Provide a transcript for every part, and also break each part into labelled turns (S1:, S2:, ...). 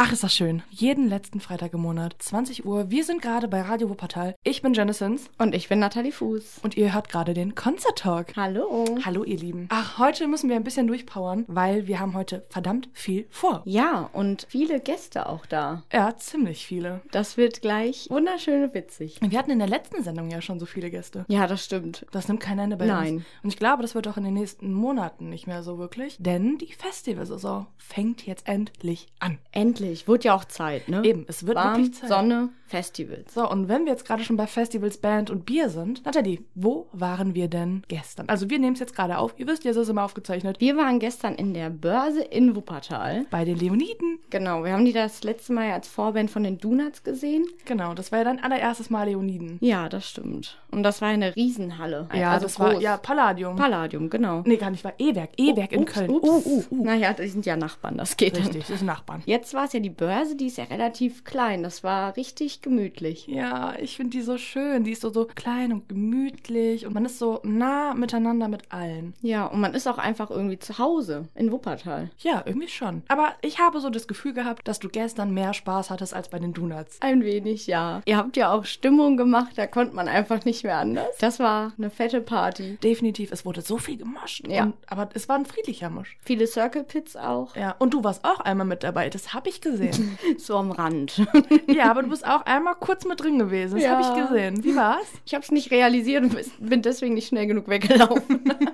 S1: Ach, ist das schön. Jeden letzten Freitag im Monat, 20 Uhr. Wir sind gerade bei Radio Wuppertal. Ich bin Janisons
S2: Und ich bin Nathalie Fuß.
S1: und ihr hört gerade den Concert Talk.
S2: Hallo.
S1: Hallo, ihr Lieben. Ach, heute müssen wir ein bisschen durchpowern, weil wir haben heute verdammt viel vor.
S2: Ja, und viele Gäste auch da.
S1: Ja, ziemlich viele.
S2: Das wird gleich wunderschön und witzig.
S1: Wir hatten in der letzten Sendung ja schon so viele Gäste.
S2: Ja, das stimmt.
S1: Das nimmt kein Ende bei uns.
S2: Nein.
S1: Und ich glaube, das wird auch in den nächsten Monaten nicht mehr so wirklich, denn die Festivalsaison fängt jetzt endlich an.
S2: Endlich. Wurde ja auch Zeit, ne?
S1: Eben, es wird
S2: Warm,
S1: wirklich Zeit.
S2: Sonne, Festivals.
S1: So, und wenn wir jetzt gerade schon bei Festivals, Band und Bier sind, Nathalie, wo waren wir denn gestern? Also wir nehmen es jetzt gerade auf. Ihr wisst, ja, es ist immer aufgezeichnet.
S2: Wir waren gestern in der Börse in Wuppertal.
S1: Bei den Leoniden.
S2: Genau, wir haben die das letzte Mal ja als Vorband von den Donuts gesehen.
S1: Genau, das war ja dein allererstes Mal Leoniden.
S2: Ja, das stimmt. Und das war eine Riesenhalle.
S1: Ja,
S2: also
S1: das
S2: groß.
S1: war ja Palladium.
S2: Palladium, genau.
S1: nee, gar nicht, war E-Werk. E-Werk in
S2: Ups,
S1: Köln.
S2: Ups.
S1: Oh, oh, oh.
S2: Naja, die sind ja Nachbarn, das geht dann.
S1: Richtig, ist Nachbarn.
S2: Jetzt war es ja die Börse, die ist ja relativ klein. Das war richtig gemütlich.
S1: Ja, ich finde die so schön. Die ist so, so klein und gemütlich und man ist so nah miteinander mit allen.
S2: Ja, und man ist auch einfach irgendwie zu Hause in Wuppertal.
S1: Ja, irgendwie schon. Aber ich habe so das Gefühl gehabt, dass du gestern mehr Spaß hattest als bei den Donuts.
S2: Ein wenig, ja. Ihr habt ja auch Stimmung gemacht, da konnte man einfach nicht mehr anders. Das war eine fette Party.
S1: Definitiv, es wurde so viel gemoscht.
S2: Ja.
S1: Und, aber es war ein friedlicher Mosch.
S2: Viele Circle Pits auch.
S1: Ja, und du warst auch einmal mit dabei, das habe ich gesehen.
S2: Äh, So am Rand.
S1: ja, aber du bist auch einmal kurz mit drin gewesen, das
S2: Ja.
S1: habe ich gesehen. Wie war's?
S2: Ich hab's nicht realisiert und bis- bin deswegen nicht schnell genug weggelaufen.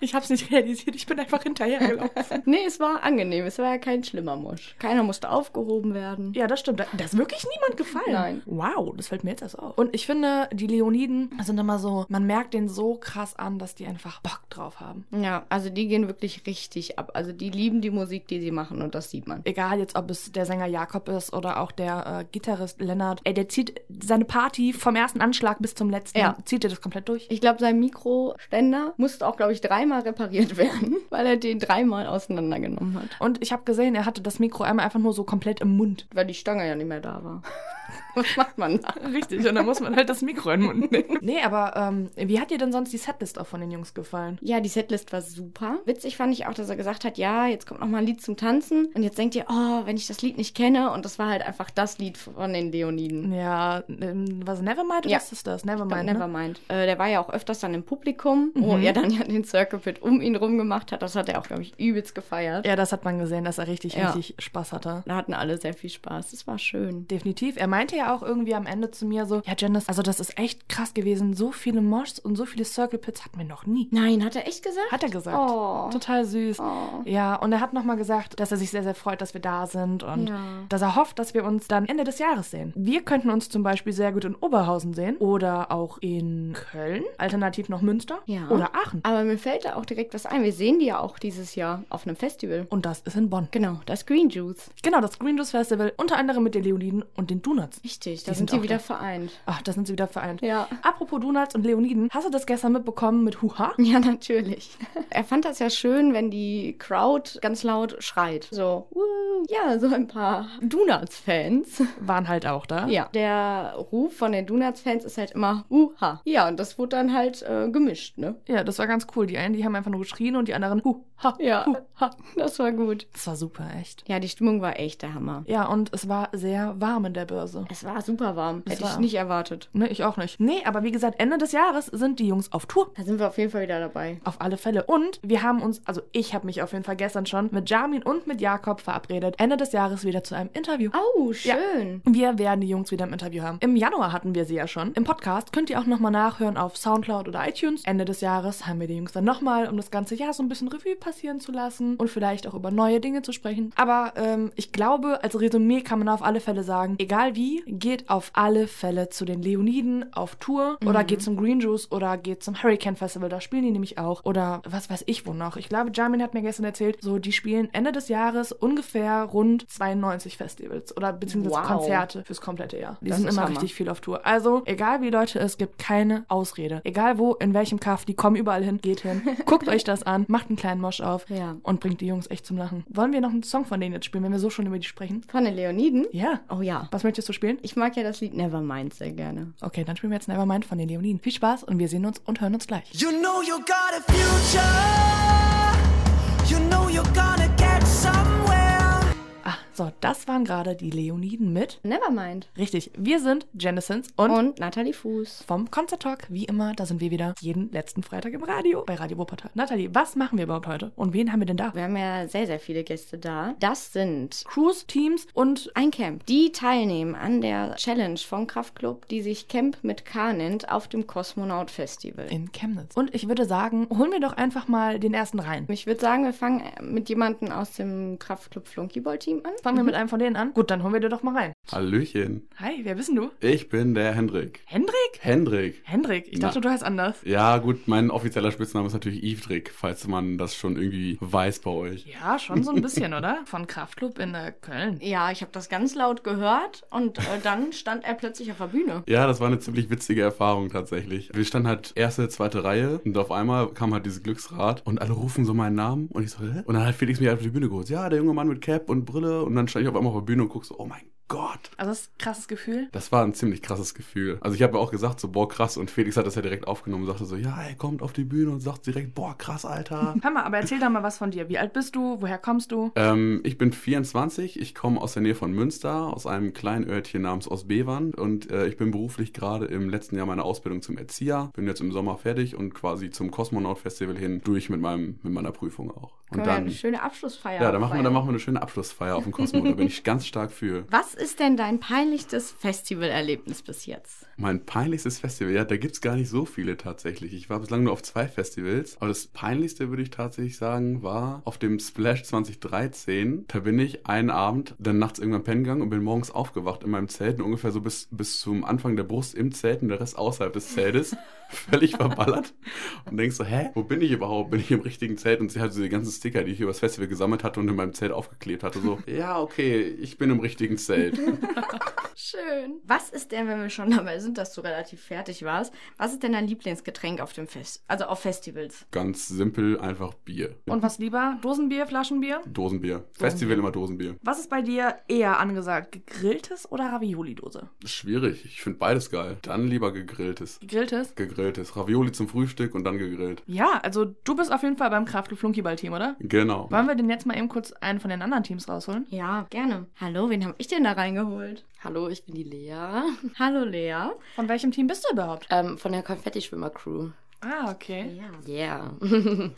S1: Ich habe es nicht realisiert, ich bin einfach hinterhergelaufen.
S2: nee, es war angenehm. Es war ja kein schlimmer Musch. Keiner musste aufgehoben werden.
S1: Ja, das stimmt. Da da ist wirklich niemand gefallen.
S2: Nein.
S1: Wow, das fällt mir jetzt erst auf. Und ich finde, die Leoniden sind immer so, man merkt denen so krass an, dass die einfach Bock drauf haben.
S2: Ja, also die gehen wirklich richtig ab. Also die lieben die Musik, die sie machen und das sieht man.
S1: Egal jetzt, ob es der Sänger Jakob ist oder auch der äh, Gitarrist Lennart. Ey, der zieht seine Party vom ersten Anschlag bis zum letzten.
S2: Ja.
S1: Zieht er das komplett durch?
S2: Ich glaube, sein Mikroständer musste auch, glaube ich, dreimal repariert werden, weil er den dreimal auseinandergenommen hat.
S1: Und ich habe gesehen, er hatte das Mikro einmal einfach nur so komplett im Mund.
S2: Weil die Stange ja nicht mehr da war. Was macht man da?
S1: Richtig, und dann muss man halt das Mikro in den Mund nehmen. Nee, aber ähm, wie hat dir denn sonst die Setlist auch von den Jungs gefallen?
S2: Ja, die Setlist war super. Witzig fand ich auch, dass er gesagt hat, ja, jetzt kommt noch mal ein Lied zum Tanzen. Und jetzt denkt ihr, oh, wenn ich das Lied nicht kenne. Und das war halt einfach das Lied von den Leoniden.
S1: Ja, ähm, was Nevermind oder
S2: Ja.
S1: was ist das? Nevermind. ne?
S2: Nevermind. Äh, der war ja auch öfters dann im Publikum, wo er dann ja den Circle Pit um ihn rum gemacht hat. Das hat er auch, glaube ich, übelst gefeiert.
S1: Ja, das hat man gesehen, dass er richtig,
S2: Ja.
S1: richtig Spaß hatte.
S2: Da hatten alle sehr viel Spaß. Das war schön.
S1: Definitiv. Er meinte ja auch irgendwie am Ende zu mir so, ja, Janice, also das ist echt krass gewesen. So viele Moshs und so viele Circle Pits hatten wir noch nie.
S2: Nein, hat er echt gesagt?
S1: Hat er gesagt.
S2: Oh.
S1: Total süß.
S2: Oh.
S1: Ja, und er hat nochmal gesagt, dass er sich sehr, sehr freut, dass wir da sind und
S2: Ja.
S1: dass er hofft, dass wir uns dann Ende des Jahres sehen. Wir könnten uns zum Beispiel sehr gut in Oberhausen sehen oder auch in Köln, alternativ noch Münster
S2: Ja.
S1: oder Aachen.
S2: Aber mir fällt da auch direkt was ein. Wir sehen die ja auch dieses Jahr auf einem Festival.
S1: Und das ist in Bonn.
S2: Genau, das Green Juice.
S1: Genau, das Green Juice Festival, unter anderem mit den Leoniden und den Donuts.
S2: Richtig,
S1: Die
S2: da
S1: sind
S2: sind,
S1: auch
S2: die wieder
S1: da.
S2: vereint.
S1: Ach, da sind sie wieder vereint.
S2: Ja.
S1: Apropos Donuts und Leoniden, hast du das gestern mitbekommen mit Huha?
S2: Ja, natürlich. er fand das ja schön, wenn die Crowd ganz laut schreit. So, "Woo." ja, so ein paar Donuts-Fans.
S1: Waren halt auch da.
S2: Ja. Der Ruf von den Donuts-Fans ist halt immer Uha. Ja, und das wurde dann halt äh, gemischt, ne?
S1: Ja, das war ganz cool. Die einen, die haben einfach nur geschrien und die anderen Huha.
S2: Ja.
S1: Huha.
S2: Das war gut.
S1: Das war super, echt.
S2: Ja, die Stimmung war echt der Hammer.
S1: Ja, und es war sehr warm in der Börse.
S2: Es war super warm.
S1: Es
S2: Hätte
S1: war-
S2: ich nicht erwartet.
S1: Ne, ich auch nicht. Nee, aber wie gesagt, Ende des Jahres sind die Jungs auf Tour.
S2: Da sind wir auf jeden Fall wieder dabei.
S1: Auf alle Fälle. Und wir haben uns, also ich habe mich auf jeden Fall gestern schon mit Jamin und mit Jakob verabredet, Ende des Jahres wieder zu einem Interview.
S2: Oh, schön.
S1: Wir werden die Jungs wieder im Interview haben. Im Januar hatten wir sie ja schon. Im Podcast könnt ihr auch nochmal nachhören auf Soundcloud oder iTunes. Ende des Jahres haben wir die Jungs dann nochmal, um das ganze Jahr so ein bisschen Revue passieren zu lassen und vielleicht auch über neue Dinge zu sprechen. Aber ähm, ich glaube, als Resümee kann man auf alle Fälle sagen, egal wie, geht auf alle Fälle zu den Leoniden auf Tour oder geht zum Green Juice oder geht zum Hurricane Festival. Da spielen die nämlich auch. Oder was weiß ich wo noch. Ich glaube, Jamin hat mir gestern erzählt, so die spielen Ende des Jahres ungefähr rund 92 Festivals oder beziehungsweise
S2: Wow.
S1: Konzerte. Konzerte fürs komplette Jahr. Die
S2: Das
S1: sind
S2: ist
S1: immer
S2: Hammer.
S1: richtig viel auf Tour. Also, egal wie Leute, es gibt keine Ausrede. Egal wo, in welchem Kaff, die kommen überall hin, geht hin. Guckt euch das an, macht einen kleinen Mosch auf
S2: Ja.
S1: und bringt die Jungs echt zum Lachen. Wollen wir noch einen Song von denen jetzt spielen, wenn wir so schon über die sprechen?
S2: Von den Leoniden?
S1: Ja.
S2: Oh ja.
S1: Was möchtest du spielen?
S2: Ich mag ja das Lied Nevermind sehr gerne.
S1: Okay, dann spielen wir jetzt Nevermind von den Leoniden. Viel Spaß und wir sehen uns und hören uns gleich.
S3: You know you got a future. You know you're gonna get somewhere.
S1: Ah, So, das waren gerade die Leoniden mit.
S2: Nevermind.
S1: Richtig, wir sind Jennisons und,
S2: Und Nathalie Fuß.
S1: vom Concert Talk. Wie immer, da sind wir wieder jeden letzten Freitag im Radio, bei Radio Wuppertal. Nathalie, was machen wir überhaupt heute? Und wen haben wir denn da?
S2: Wir haben ja sehr, sehr viele Gäste da. Das sind
S1: Crews, Teams und
S2: ein Camp, die teilnehmen an der Challenge vom Kraftclub, die sich Camp mit K nennt, auf dem Kosmonaut Festival.
S1: in Chemnitz. Und ich würde sagen, holen wir doch einfach mal den ersten rein.
S2: Ich würde sagen, wir fangen mit jemandem aus dem Kraftclub Flunkyball Team an.
S1: Fangen wir mit einem von denen an? Gut, dann holen wir dir doch mal rein.
S3: Hallöchen,
S1: Hi, wer bist denn du?
S3: ich bin der Hendrik.
S1: Hendrik?
S3: Hendrik.
S1: Hendrik, ich
S3: Na.
S1: dachte, du heißt anders.
S3: Ja, gut, mein offizieller Spitzname ist natürlich Ivdrik, falls man das schon irgendwie weiß bei euch.
S1: Ja, schon so ein bisschen, oder? Von Kraftclub in äh, Köln.
S2: Ja, ich habe das ganz laut gehört und äh, dann stand er plötzlich auf der Bühne.
S3: Ja, das war eine ziemlich witzige Erfahrung tatsächlich. Wir standen halt erste, zweite Reihe und auf einmal kam halt dieses Glücksrad und alle rufen so meinen Namen und ich so, hä? Und dann hat Felix mich halt auf die Bühne geholt. Ja, der junge Mann mit Cap und Brille und dann stand ich auf einmal auf der Bühne und guck so, oh mein Gott.
S1: Also das ist ein krasses Gefühl.
S3: Das war ein ziemlich krasses Gefühl. Also ich habe ja auch gesagt, so, boah, krass. Und Felix hat das ja direkt aufgenommen und sagte so, ja, er kommt auf die Bühne und sagt direkt, boah, krass, Alter.
S1: Hör mal, aber erzähl doch mal was von dir. Wie alt bist du? Woher kommst du?
S3: Ähm, ich bin 24, ich komme aus der Nähe von Münster, aus einem kleinen Örtchen namens Ostbevern und äh, ich bin beruflich gerade im letzten Jahr meine Ausbildung zum Erzieher, bin jetzt im Sommer fertig und quasi zum Kosmonaut-Festival hin durch mit, meinem, mit meiner Prüfung auch. Und
S2: Können wir
S3: dann,
S2: eine schöne Abschlussfeier
S3: ja, dann machen, wir, dann
S2: feiern.
S3: machen wir eine schöne Abschlussfeier auf dem Kosmonaut, da bin ich ganz stark für.
S2: Was ist denn dein peinlichstes Festivalerlebnis bis jetzt?
S3: Mein peinlichstes Festival, ja, da gibt's gar nicht so viele tatsächlich. Ich war bislang nur auf zwei Festivals, aber das peinlichste würde ich tatsächlich sagen, war auf dem Splash 2013. Da bin ich einen Abend dann nachts irgendwann pennen gegangen und bin morgens aufgewacht in meinem Zelt und ungefähr so bis, bis zum Anfang der Brust im Zelt und der Rest außerhalb des Zeltes. völlig verballert und denkst so, hä, wo bin ich überhaupt? Bin ich im richtigen Zelt? Und sie hat so die ganzen Sticker, die ich über das Festival gesammelt hatte und in meinem Zelt aufgeklebt hatte, so, ja, okay, ich bin im richtigen Zelt.
S2: Schön. Was ist denn, wenn wir schon dabei sind, dass du relativ fertig warst, was ist denn dein Lieblingsgetränk auf dem Fest, also auf Festivals?
S3: Ganz simpel, einfach Bier.
S1: Und was lieber? Dosenbier, Flaschenbier?
S3: Dosenbier. Festival immer Dosenbier.
S1: Was ist bei dir eher angesagt? Gegrilltes oder Ravioli-Dose?
S3: Schwierig. Ich finde beides geil. Dann lieber gegrilltes.
S1: Gegrilltes?
S3: Gegrilltes. Ravioli zum Frühstück und dann gegrillt.
S1: Ja, also du bist auf jeden Fall beim kraftclub flunkyball team oder?
S3: Genau.
S1: Wollen wir denn jetzt mal eben kurz einen von den anderen Teams rausholen?
S2: Ja, gerne. Hallo, wen habe ich denn da reingeholt?
S4: Hallo, ich bin die Lea
S2: Hallo, Lea.
S1: Von welchem Team bist du überhaupt?
S4: ähm, von der Konfetti-Schwimmer-Crew.
S1: Ah, okay.
S2: Ja.
S4: Yeah.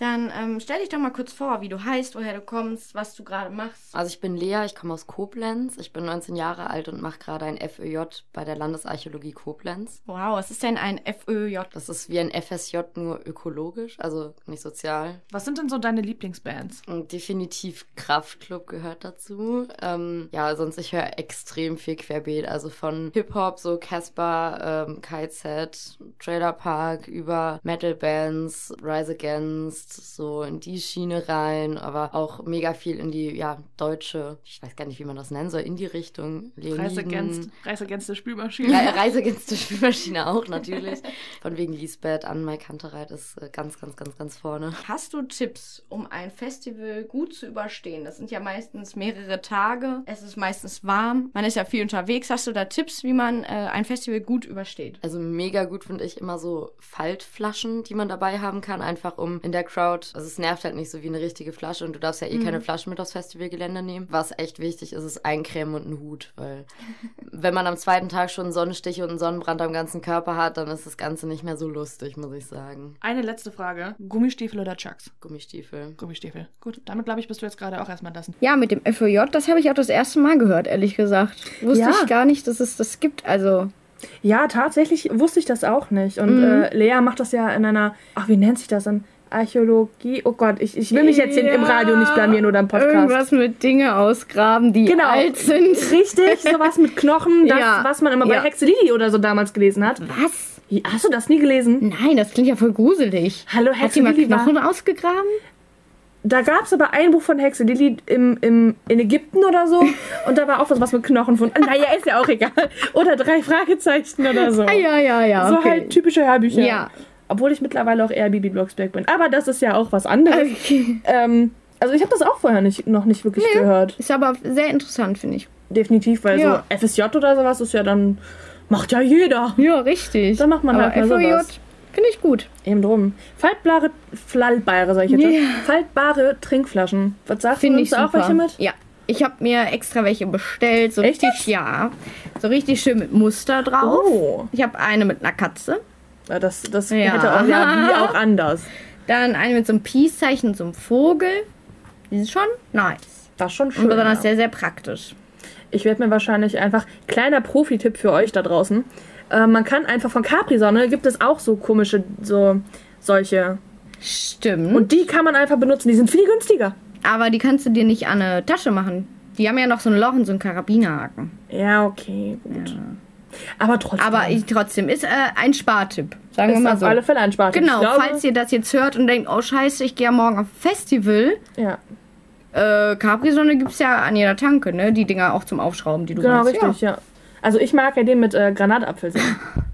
S2: Dann ähm, stell dich doch mal kurz vor, wie du heißt, woher du kommst, was du gerade machst.
S4: also ich bin Lea, ich komme aus Koblenz. Ich bin 19 Jahre alt und mache gerade ein FÖJ bei der Landesarchäologie Koblenz.
S2: Wow, was ist denn ein FÖJ?
S4: Das ist wie ein FSJ, nur ökologisch, also nicht sozial.
S1: Was sind denn so deine Lieblingsbands?
S4: Und definitiv Kraftclub gehört dazu. Ähm, ja, sonst ich höre extrem viel Querbeet, also von Hip-Hop, so Casper, ähm, KZ, Trailer Park, über Metal-Bands, Rise Against, so in die Schiene rein, aber auch mega viel in die, ja, deutsche, ich weiß gar nicht, wie man das nennen soll, in die Richtung.
S1: Reis
S4: Leoniden.
S1: Against, Reis Against die Spülmaschine.
S4: Ja, Reise against die Spülmaschine auch, natürlich. Von wegen Lisbeth an Mike Hunterreit ist äh, ganz, ganz, ganz, ganz vorne.
S2: Hast du Tipps, um ein Festival gut zu überstehen? Das sind ja meistens mehrere Tage. Es ist meistens warm. Man ist ja viel unterwegs. Hast du da Tipps, wie man äh, ein Festival gut übersteht?
S4: Also mega gut finde ich immer so Faltflaschen, die man dabei haben kann, einfach um in der Crowd, also es nervt halt nicht so wie eine richtige Flasche und du darfst ja eh keine Flaschen mit aufs Festivalgelände nehmen. Was echt wichtig ist, ist Eincremen und einen Hut, weil wenn man am zweiten Tag schon einen Sonnenstich und einen Sonnenbrand am ganzen Körper hat, dann ist das Ganze nicht mehr so lustig, muss ich sagen.
S1: Eine letzte Frage. Gummistiefel oder Chucks?
S4: Gummistiefel.
S1: Gummistiefel. Gut, damit glaube ich, bist du jetzt gerade auch erstmal das.
S5: Ja, mit dem FÖJ, das habe ich auch das erste Mal gehört, ehrlich gesagt. Wusste
S6: Ja.
S5: ich gar nicht, dass es das gibt. Also,
S6: Ja, tatsächlich wusste ich das auch nicht. Und
S5: Mhm.
S6: äh, Lea macht das ja in einer, ach, wie nennt sich das denn? Archäologie. Oh Gott, ich, ich will mich jetzt hier im
S5: Ja.
S6: Radio nicht blamieren oder im Podcast.
S5: irgendwas mit Dinge ausgraben, die
S6: genau.
S5: alt sind.
S6: Richtig, sowas mit Knochen, das,
S5: Ja.
S6: was man immer bei
S5: Ja.
S6: Hexe Lili oder so damals gelesen hat.
S5: Was?
S6: Hast du das nie gelesen?
S5: Nein, das klingt ja voll gruselig.
S6: Hallo,
S5: Hat
S6: Hexe
S5: die mal
S6: Lili war,
S5: Knochen ausgegraben?
S6: Da gab es aber ein Buch von Hexe Lili im, im, in Ägypten oder so. und da war auch was, was mit Knochen von. Naja, ist ja auch egal. Oder drei Fragezeichen oder so.
S5: Ah, ja, ja, ja.
S6: So
S5: okay.
S6: halt typische Hörbücher.
S5: Ja.
S6: Obwohl ich mittlerweile auch eher Bibi Blocksberg bin. Aber das ist ja auch was anderes.
S5: Okay.
S6: Ähm, also ich habe das auch vorher nicht, noch nicht wirklich gehört.
S5: Ist aber sehr interessant, finde ich.
S6: Definitiv, weil
S5: Ja.
S6: so FSJ oder sowas ist ja dann... Macht ja jeder.
S5: Ja, richtig.
S6: Dann macht man
S5: aber
S6: halt mal
S5: FÖJ
S6: sowas.
S5: finde ich gut.
S6: Eben drum. Faltbare, faltbare, sag ich jetzt.
S5: Ja.
S6: Faltbare Trinkflaschen. Was sagst du,
S5: Finde ich
S6: nimmst du
S5: super.
S6: auch welche mit?
S5: Ja. Ich habe mir extra welche bestellt. So
S6: Echt
S5: richtig, ja. So richtig schön mit Muster drauf.
S6: Oh.
S5: Ich habe eine mit einer Katze.
S6: Ja, Das, das
S5: Ja.
S6: hätte auch, ja, die auch anders.
S5: Dann eine mit so einem Peace-Zeichen, so einem Vogel. Die sind schon nice.
S6: Das ist schon
S5: Und
S6: schön.
S5: besonders
S6: ja.
S5: sehr, sehr praktisch.
S6: Ich werde mir wahrscheinlich einfach, kleiner Profi-Tipp für euch da draußen, äh, man kann einfach von Capri-Sonne, gibt es auch so komische, so solche.
S5: Stimmt.
S6: Und die kann man einfach benutzen, die sind viel günstiger.
S5: Aber die kannst du dir nicht an eine Tasche machen. Die haben ja noch so ein Loch und so einen Karabinerhaken.
S6: Ja, okay, gut. Aber trotzdem.
S5: Aber ich, trotzdem ist äh, ein Spartipp. Sagen wir
S6: ist
S5: mal
S6: auf
S5: so.
S6: alle Fälle ein Spartipp.
S5: Genau,
S6: ich glaube,
S5: falls ihr das jetzt hört und denkt, oh scheiße, ich gehe ja morgen auf Festival.
S6: Ja,
S5: Äh, Capri-Sonne gibt es ja an jeder Tanke, ne? Die Dinger auch zum Aufschrauben, die du
S6: genau,
S5: meinst.
S6: richtig, ja. Also ich mag ja den mit äh, Granatapfelsaft.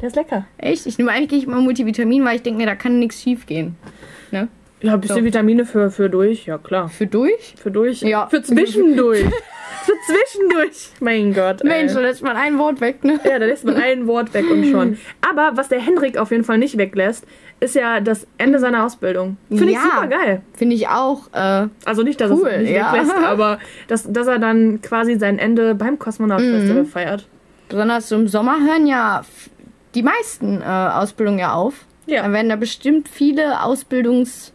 S6: Der ist lecker.
S5: Ja, echt? Ich nehme eigentlich immer Multivitamin, weil ich denke mir, da kann nichts schief gehen. Ne?
S6: Ja, ein bisschen
S5: Doch.
S6: Vitamine für, für durch, ja klar.
S5: Für durch?
S6: Für durch?
S5: Ja.
S6: Für zwischendurch. für zwischendurch. Mein Gott. ey.
S5: Mensch, da lässt man ein Wort weg, ne?
S6: Ja, da lässt man ein Wort weg und schon. Aber was der Henrik auf jeden Fall nicht weglässt, ist ja das Ende seiner Ausbildung. Finde ich
S5: Ja.
S6: super geil.
S5: Finde ich auch. Äh,
S6: Also nicht, dass
S5: Cool,
S6: er es nicht
S5: ja.
S6: weglässt, aber dass, dass er dann quasi sein Ende beim Kosmonaut-Festival
S5: Mhm.
S6: feiert.
S5: besonders so im Sommer hören ja f- die meisten äh, Ausbildungen ja auf.
S6: Ja.
S5: Dann werden da bestimmt viele Ausbildungs...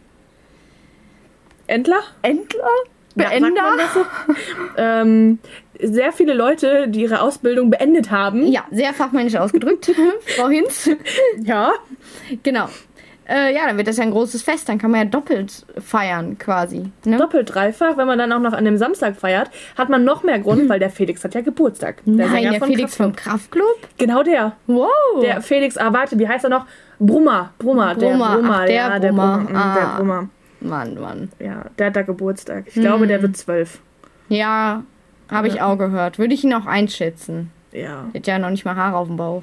S6: Endler?
S5: Endler?
S6: Ja, sagt
S5: Beender?
S6: man das so? ähm, sehr viele Leute, die ihre Ausbildung beendet haben.
S5: Ja, sehr fachmännisch ausgedrückt, Frau Hinz.
S6: Ja.
S5: Genau. Äh, ja, dann wird das ja ein großes Fest, dann kann man ja doppelt feiern quasi. Ne?
S6: Doppelt dreifach, wenn man dann auch noch an dem Samstag feiert, hat man noch mehr Grund, weil der Felix hat ja Geburtstag. Der
S5: Nein,
S6: Sänger
S5: der
S6: von
S5: Mhm. Felix
S6: Kraftklub.
S5: vom Kraftclub?
S6: Genau der.
S5: Wow!
S6: Der Felix, ah, warte, wie heißt er noch? Brummer, Brummer, der
S5: Brummer,
S6: Brummer,
S5: ach, der
S6: ja, der
S5: Brummer,
S6: Brummer, mm,
S5: ah.
S6: der Brummer,
S5: Mann, Mann.
S6: ja, der hat da Geburtstag. Ich glaube,
S5: Mm.
S6: der wird zwölf.
S5: Ja, habe ich auch gehört. Würde ich ihn auch einschätzen.
S6: Ja.
S5: Der hat ja noch nicht mal Haare auf dem Bauch.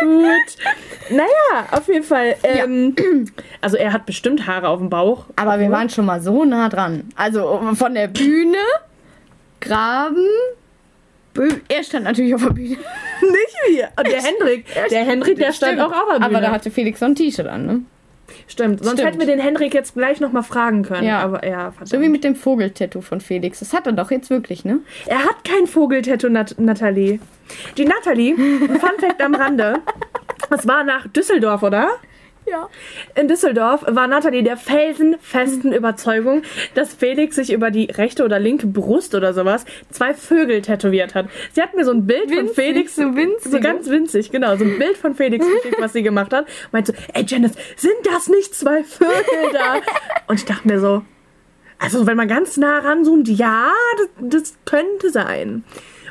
S6: gut. Naja, auf jeden Fall. Ähm, Also er hat bestimmt Haare auf dem Bauch.
S5: Aber wir waren schon mal so nah dran. Also von der Bühne, Graben. Bü er stand natürlich auf der Bühne.
S6: Nicht wir. Und der Hendrik, der Hendrik, der stand auch auf der Bühne.
S5: Aber da hatte Felix so ein T-Shirt an, ne?
S6: Stimmt, sonst
S5: Stimmt.
S6: hätten wir den Henrik jetzt gleich nochmal fragen können.
S5: Ja.
S6: Aber ja,
S5: So wie
S6: verdammt.
S5: mit dem Vogeltattoo von Felix. Das hat er doch jetzt wirklich, ne?
S6: Er hat kein Vogeltattoo, Nat Nathalie. Die Nathalie, Fun Fact am Rande. Das war nach Düsseldorf, oder?
S5: Ja.
S6: In Düsseldorf war Nathalie der felsenfesten Überzeugung, dass Felix sich über die rechte oder linke Brust oder sowas zwei Vögel tätowiert hat. Sie hat mir so ein Bild von
S5: Winzig,
S6: Felix,
S5: so winzige.
S6: so ganz winzig, genau, so ein Bild von Felix geschickt, was sie gemacht hat. Meinte so, ey Janice, sind das nicht zwei Vögel da? Und ich dachte mir so, also wenn man ganz nah ranzoomt, ja, das, das könnte sein.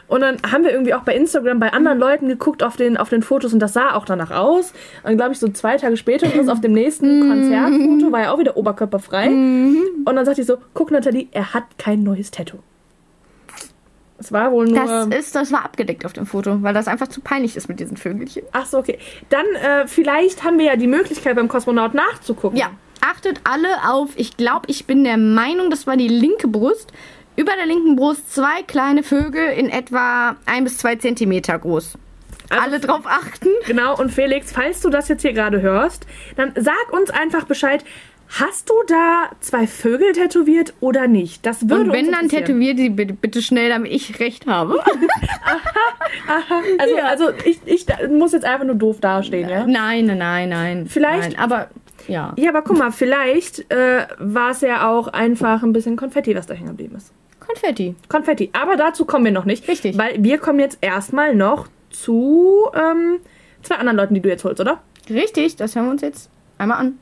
S6: Und dann haben wir irgendwie auch bei Instagram bei anderen
S5: Mhm.
S6: Leuten geguckt auf den, auf den Fotos und das sah auch danach aus. Und dann glaube ich so zwei Tage später und das auf dem
S5: Mhm.
S6: nächsten Konzertfoto war ja auch wieder oberkörperfrei. Und dann sagte ich so, guck Nathalie, er hat kein neues Tattoo. Es war wohl nur...
S5: Das äh ist, das war abgedeckt auf dem Foto, weil das einfach zu peinlich ist mit diesen Vögelchen.
S6: Ach so, okay. Dann äh, vielleicht haben wir ja die Möglichkeit beim Kosmonaut nachzugucken.
S5: Ja, achtet alle auf. Ich glaube, ich bin der Meinung, das war die linke Brust. Über der linken Brust zwei kleine Vögel in etwa ein bis zwei Zentimeter groß. alle drauf achten.
S6: Genau, und Felix, falls du das jetzt hier gerade hörst, dann sag uns einfach Bescheid, hast du da zwei Vögel tätowiert oder nicht? Das würde
S5: Und wenn,
S6: uns
S5: dann
S6: interessieren.
S5: tätowiert die bitte, bitte schnell, damit ich recht habe.
S6: Also, also ich, ich da- muss jetzt einfach nur doof dastehen, ja?
S5: Nein, nein, nein, nein.
S6: Vielleicht-
S5: Nein, aber ja.
S6: Ja, aber guck mal, vielleicht äh, war es ja auch einfach ein bisschen Konfetti, was da hängen geblieben ist.
S5: Konfetti.
S6: Konfetti. Aber dazu kommen wir noch nicht.
S5: Richtig.
S6: Weil wir kommen jetzt erstmal noch zu ähm, zwei anderen Leuten, die du jetzt holst, oder?
S5: Richtig, das hören wir uns jetzt einmal an.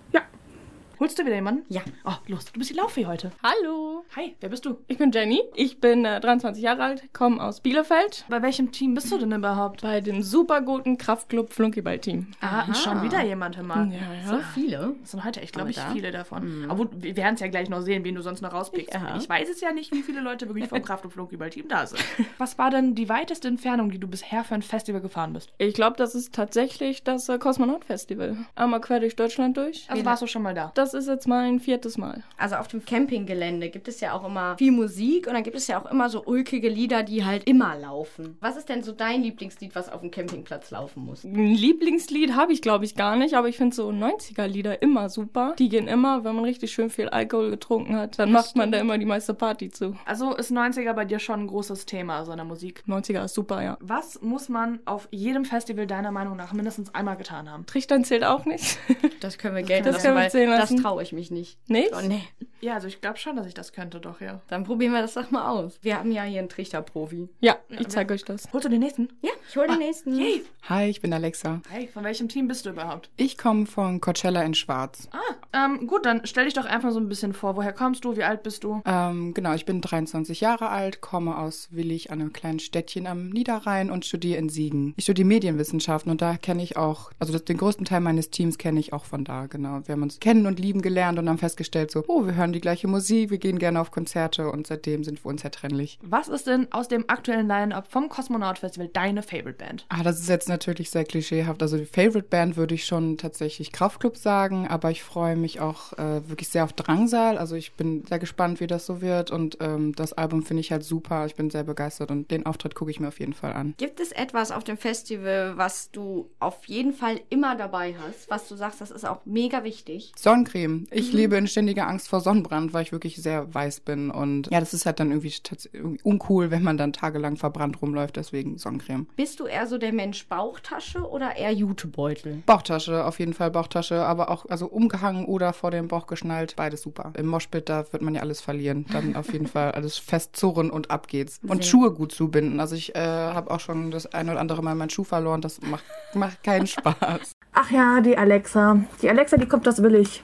S1: Holst du wieder jemanden?
S2: Ja.
S1: Oh, los, du bist die Lauffee heute.
S2: Hallo,
S1: Hi, wer bist du?
S2: ich bin Jenny. Ich bin äh, 23 Jahre alt, komme aus Bielefeld
S1: Bei welchem Team bist du denn überhaupt?
S2: bei dem super guten Kraftclub Flunkyball-Team.
S1: Ah, schon wieder jemand, hör mal.
S2: ja.
S5: Viele?
S1: Das sind heute echt, glaube ich,
S2: da? Mhm.
S1: viele davon. Aber gut, wir werden es ja gleich noch sehen, wen du sonst noch rauspickst.
S2: Ja.
S1: Ich weiß es ja nicht, wie viele Leute wirklich vom Kraft- und Flunkyball-Team da sind. Was war denn die weiteste Entfernung, die du bisher für ein Festival gefahren bist?
S2: Ich glaube, das ist tatsächlich das äh, Kosmonaut-Festival. Einmal quer durch Deutschland durch.
S1: Also warst du schon mal da?
S2: Das
S7: das ist jetzt mein viertes Mal.
S2: Also auf dem Campinggelände gibt es ja auch immer viel Musik und dann gibt es ja auch immer so ulkige Lieder, die halt immer laufen. Was ist denn so dein Lieblingslied, was auf dem Campingplatz laufen muss?
S7: Ein Lieblingslied habe ich, glaube ich, gar nicht, aber ich finde so 90er-Lieder immer super. Die gehen immer, wenn man richtig schön viel Alkohol getrunken
S2: äh,
S7: hat, dann macht man da immer die meiste Party zu.
S1: Also ist 90er bei dir schon ein großes Thema, so in der Musik.
S7: 90er ist super, ja.
S1: Was muss man auf jedem Festival deiner Meinung nach mindestens einmal getan haben?
S7: Trichtern zählt auch nicht.
S2: Das können wir gelten
S7: Das
S2: lassen,
S7: können wir
S2: weil
S7: zählen
S2: das
S7: lassen.
S2: traue ich mich nicht.
S7: Nicht?
S2: Oh nee,
S1: Ja, also ich glaube schon, dass ich das könnte, doch, ja.
S2: dann probieren wir das doch mal aus. Wir haben ja hier einen Trichterprofi.
S7: Ja, ich zeige euch das.
S1: Holst du den nächsten?
S2: Ja, Ah. ich hole den nächsten.
S1: Yay!
S8: Hi, ich bin Alexa.
S1: Hey, von welchem Team bist du überhaupt?
S8: Ich komme von Coachella in Schwarz.
S1: Ähm, gut, dann stell dich doch einfach so ein bisschen vor. Woher kommst du? Wie alt bist du?
S8: Ähm, genau, ich bin 23 Jahre alt, komme aus Willig, einem kleinen Städtchen am Niederrhein und studiere in Siegen. Ich studiere Medienwissenschaften und da kenne ich auch, also das, den größten Teil meines Teams kenne ich auch von da, genau. Wir haben uns kennen und lieben gelernt und haben festgestellt so, oh, wir hören die gleiche Musik, wir gehen gerne auf Konzerte und seitdem sind wir unzertrennlich.
S1: Was ist denn aus dem aktuellen Line-Up vom Kosmonaut Festival deine Favorite Band?
S8: Ah, das ist jetzt natürlich sehr klischeehaft. Also die Favorite Band würde ich schon tatsächlich Kraftklub sagen, aber ich freue mich auch äh, wirklich sehr auf Drangsal. Also ich bin sehr gespannt, wie das so wird und ähm, das Album finde ich halt super. Ich bin sehr begeistert und den Auftritt gucke ich mir auf jeden Fall an.
S2: Gibt es etwas auf dem Festival, was du auf jeden Fall immer dabei hast, was du sagst, das ist auch mega wichtig?
S8: Sonnencreme. Ich lebe in ständiger Angst vor Sonnenbrand, weil ich wirklich sehr weiß bin und ja, das ist halt dann irgendwie, tats- irgendwie uncool, wenn man dann tagelang verbrannt rumläuft, deswegen Sonnencreme.
S2: Bist du eher so der Mensch Bauchtasche oder eher Jutebeutel?
S8: Bauchtasche, auf jeden Fall Bauchtasche, aber auch also umgehangen oder vor dem Bauch geschnallt, beides super. Im Moshpit, da wird man ja alles verlieren. Dann auf jeden Fall alles festzurren und ab geht's. Und Schuhe gut zubinden. Also ich äh, habe auch schon das ein oder andere Mal meinen Schuh verloren, das macht, macht keinen Spaß.
S6: Ach ja, die Alexa. Die Alexa, die kommt aus Willig.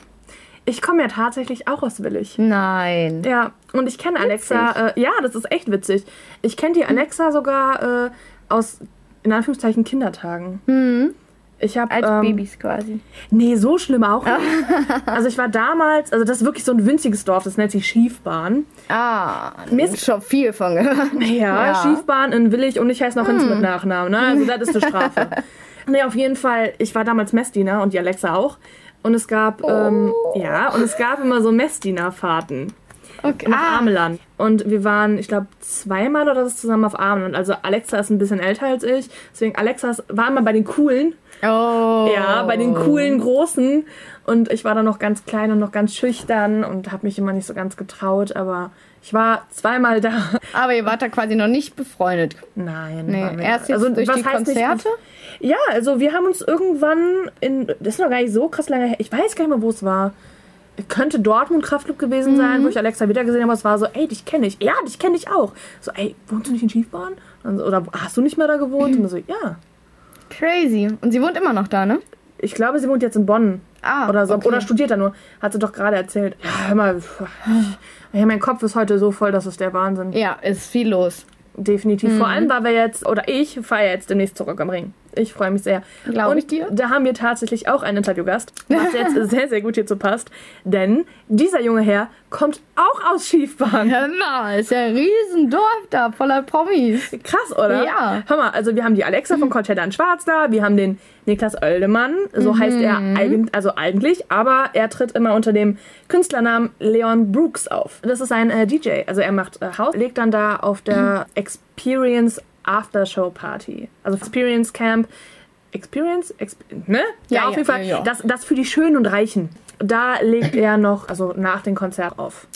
S6: Ich komme ja tatsächlich auch aus Willig.
S5: Nein.
S6: Ja, und ich kenne Alexa. Äh, ja, das ist echt witzig. Ich kenne die Alexa sogar äh, aus, in Anführungszeichen, Kindertagen. Ich habe
S5: Hm. Als
S6: ähm,
S5: Babys quasi.
S6: Nee, so schlimm auch nicht. Also ich war damals, also das ist wirklich so ein winziges Dorf, das nennt sich Schiefbahn.
S5: Ah, mir ist schon viel von gehört.
S6: Ja, Schiefbahn in Willig und ich heiße noch Hinz mit Nachnamen. Ne? Also das ist eine Strafe. nee, auf jeden Fall, ich war damals Messdiener und die Alexa auch. Und es gab, ähm, ja, und es gab immer so Messdienerfahrten. Okay. Nach
S5: Ah.
S6: Ameland. Und wir waren, ich glaube, zweimal oder so zusammen auf Ameland. Also Alexa ist ein bisschen älter als ich. Deswegen Alexa ist- war immer bei den Coolen
S5: Oh.
S6: Ja, bei den coolen Großen. Und ich war dann noch ganz klein und noch ganz schüchtern und habe mich immer nicht so ganz getraut, aber ich war zweimal da.
S5: Aber ihr wart da quasi noch nicht befreundet.
S6: Nein.
S5: Nee,
S6: waren wir-
S5: erst
S6: Also,
S5: jetzt durch die
S6: heißt nicht-
S5: Konzerte?
S6: ja, also wir haben uns irgendwann in, das ist noch gar nicht so krass lange her, ich weiß gar nicht mehr, wo es war. Könnte Dortmund Kraftclub gewesen
S5: Mhm.
S6: sein, wo ich Alexa wieder gesehen habe. Es war so, ey, dich kenne ich. Ja, dich kenne ich auch. So, ey, wohnst du nicht in Schiefbahn? Und so, Oder hast du nicht mehr da gewohnt? Und so, ja.
S5: Crazy. Und sie wohnt immer noch da, ne?
S6: Ich glaube, sie wohnt jetzt in Bonn.
S5: Ah,
S6: oder so.
S5: okay.
S6: Oder studiert da nur. Hat sie doch gerade erzählt. Ja, hör mal. pff, Ja, mein Kopf ist heute so voll, das ist der Wahnsinn.
S5: Ja, ist viel los.
S6: Definitiv. Vor
S5: Mhm.
S6: allem, weil wir jetzt, oder ich fahre jetzt demnächst zurück am Ring. Ich freue mich sehr.
S5: Glaub
S6: Und
S5: ich dir.
S6: Da haben wir tatsächlich auch einen Interviewgast, was jetzt sehr, sehr gut hierzu passt. Denn dieser junge Herr kommt auch aus Schiefbahn.
S5: Hör mal, ist ja ein Riesendorf da, voller Promis.
S6: Krass, oder?
S5: Ja. Mhm.
S6: Hör mal, also wir haben die Alexa von Coachella in Schwarz da, wir haben den Niklas Oeldemann, so
S5: Mhm.
S6: heißt er eigen, also eigentlich, aber er tritt immer unter dem Künstlernamen Leon Brooks auf. Das ist ein äh, DJ, also er macht äh, House, legt dann da auf
S5: Mhm.
S6: der Experience After Show Party, also Experience Camp, Experience, Exp ne?
S5: Ja,
S6: auf
S5: ja,
S6: jeden Fall,
S5: ja, ja.
S6: Das, das für die Schönen und Reichen. Da legt er noch, also nach dem Konzert auf.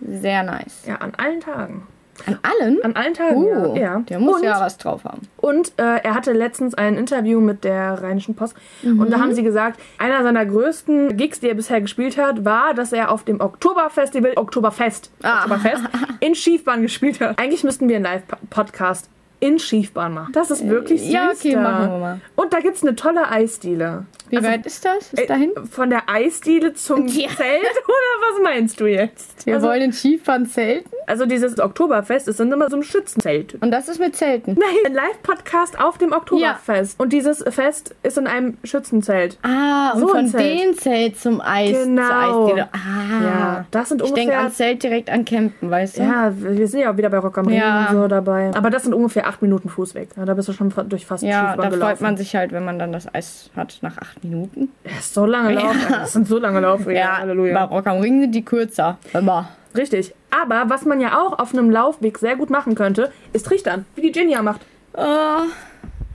S5: Sehr nice.
S6: Ja, an allen Tagen.
S5: An allen?
S6: An allen Tagen,
S5: Uh,
S6: ja. ja.
S5: der muss
S6: und
S5: ja was drauf haben.
S6: und äh, er hatte letztens ein Interview mit der Rheinischen Post. Und
S5: Mhm.
S6: da haben sie gesagt, einer seiner größten Gigs, die er bisher gespielt hat, war, dass er auf dem Oktoberfestival, Oktoberfest,
S5: Ah.
S6: Oktoberfest, in Schiefbahn gespielt hat. Eigentlich müssten wir einen Live-Podcast in Schiefbahn machen. Das ist wirklich süß.
S5: Ja, okay,
S6: da.
S5: machen wir mal.
S6: Und da gibt's eine tolle Eisdiele. Äh,
S5: Wie weit ist das? Ist dahin?
S6: Von der Eisdiele zum
S5: Ja.
S6: Zelt? Oder was meinst du jetzt?
S5: Wir
S6: also,
S5: wollen in Skifahren zelten.
S6: also dieses Oktoberfest ist dann immer so ein Schützenzelt.
S5: Und das ist mit Zelten.
S6: Nein, ein Live-Podcast auf dem Oktoberfest. Und dieses Fest ist in einem Schützenzelt.
S5: Ah, und
S6: So ein
S5: von
S6: Zelt.
S5: dem Zelt zum Eis.
S6: Genau.
S5: Zur Eisdiele. ah.
S6: Ja, das sind
S5: Ich denke
S6: ungefähr-
S5: an Zelt direkt an Campen, weißt du?
S6: Ja, wir sind ja auch wieder bei Rock am Ring
S5: Ja.
S6: und so dabei. Aber das sind ungefähr acht Minuten Fuß weg. Ja, da bist du schon fa- durch fast
S2: Ja,
S6: Schiefbahn
S2: da freut
S6: gelaufen.
S2: man sich halt, wenn man dann das Eis hat nach acht Minuten.
S6: Das ist so lange Lauf. Das sind so lange Laufwege. Ja, Halleluja.
S2: bei Rock am Ring sind die kürzer. Immer.
S6: Richtig. Aber was man ja auch auf einem Laufweg sehr gut machen könnte, ist Trichtern, wie die Genia macht.
S5: Oh.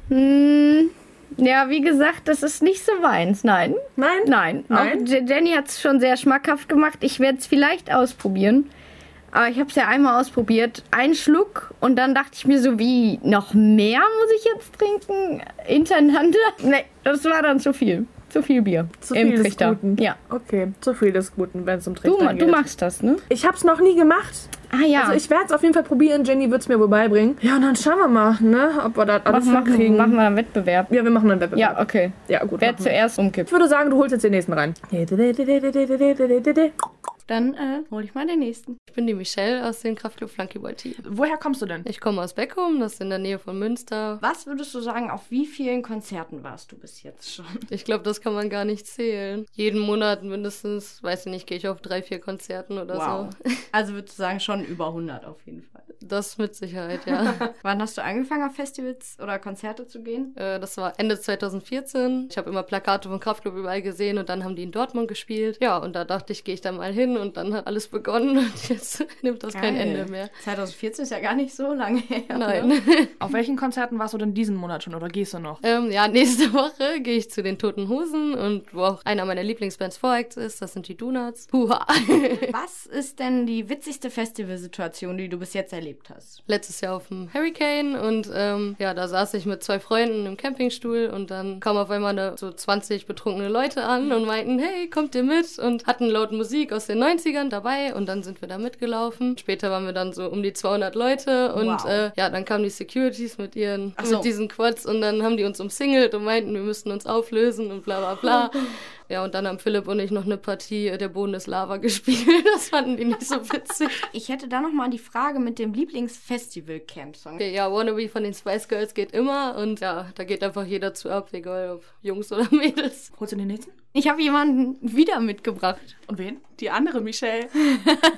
S5: Hm. Ja, wie gesagt, das ist nicht so meins. Nein,
S6: Nein?
S5: nein.
S6: Nein?
S5: Auch Je- Jenny hat es schon sehr schmackhaft gemacht. Ich werde es vielleicht ausprobieren. Aber ich habe es ja einmal ausprobiert. Ein Schluck und dann dachte ich mir so, wie, noch mehr muss ich jetzt trinken? Hintereinander? Nee, das war dann zu viel. Zu viel Bier.
S6: Zu
S5: Im
S6: viel des
S5: Trichter.
S6: Guten.
S5: Ja.
S6: Okay, zu viel des Guten, wenn es um
S2: Du,
S6: Trichtern
S2: ma-
S6: geht.
S2: du machst das, ne?
S6: Ich hab's noch nie gemacht.
S5: Ah ja.
S6: Also ich werde es auf jeden Fall probieren. Jenny wird's mir wohl beibringen. Ja, und dann schauen wir mal, ne, ob wir das alles
S2: Mach, machen,
S6: hinkriegen.
S2: machen wir einen Wettbewerb.
S6: Ja, wir machen einen Wettbewerb.
S2: Ja, okay.
S6: ja gut.
S2: Wer
S6: machen wir.
S2: zuerst umkippt.
S6: Ich würde sagen, du holst jetzt den nächsten rein.
S2: Dann äh, hol ich mal den nächsten.
S4: Ich bin die Michelle aus dem Kraftclub Flunkyball Team.
S1: Woher kommst du denn?
S4: Ich komme aus Beckum, das ist in der Nähe von Münster.
S2: Was würdest du sagen, auf wie vielen Konzerten warst du bis jetzt schon?
S4: Ich glaube, das kann man gar nicht zählen. Jeden Monat mindestens, weiß ich nicht, gehe ich auf drei, vier Konzerten oder so.
S2: Also würdest du sagen, schon über 100 auf jeden Fall.
S4: Das mit Sicherheit, ja.
S2: Wann hast du angefangen, auf Festivals oder Konzerte zu gehen?
S4: Äh, das war Ende 2014. Ich habe immer Plakate vom Kraftclub überall gesehen und dann haben die in Dortmund gespielt. Ja, und da dachte ich, gehe ich da mal hin und dann hat alles begonnen und jetzt nimmt das kein
S2: Geil.
S4: Ende mehr.
S2: 2014 ist ja gar nicht so lange her.
S4: Nein.
S2: Ne?
S1: Auf welchen Konzerten warst du denn diesen Monat schon oder gehst du noch?
S4: Ähm, ja, nächste Woche gehe ich zu den Toten Hosen und wo auch einer meiner Lieblingsbands Vorex ist, das sind die Donuts. Huha.
S2: Was ist denn die witzigste Festivalsituation, die du bis jetzt erlebt hast?
S4: Letztes Jahr auf dem Hurricane und ähm, ja, da saß ich mit zwei Freunden im Campingstuhl und dann kamen auf einmal eine, so 20 betrunkene Leute an und meinten, hey, kommt ihr mit? Und hatten laut Musik aus den 90ern dabei und dann sind wir da mitgelaufen. Später waren wir dann so um die 200 Leute und
S2: Wow.
S4: äh, ja, dann kamen die Securities mit ihren,
S2: Ach so.
S4: mit diesen Quads und dann haben die uns umsingelt und meinten, wir müssten uns auflösen und bla bla bla. Ja, und dann haben Philipp und ich noch eine Partie äh, Der Boden ist Lava gespielt. Das fanden die nicht so witzig.
S2: Ich hätte da nochmal die Frage mit dem Lieblingsfestival-Camp-Song.
S4: Okay, ja, Wannabe von den Spice Girls geht immer und ja, da geht einfach jeder zu ab, egal ob Jungs oder Mädels.
S1: Holst du den nächsten?
S2: Ich habe jemanden wieder mitgebracht.
S1: Und wen?
S9: Die andere Michelle.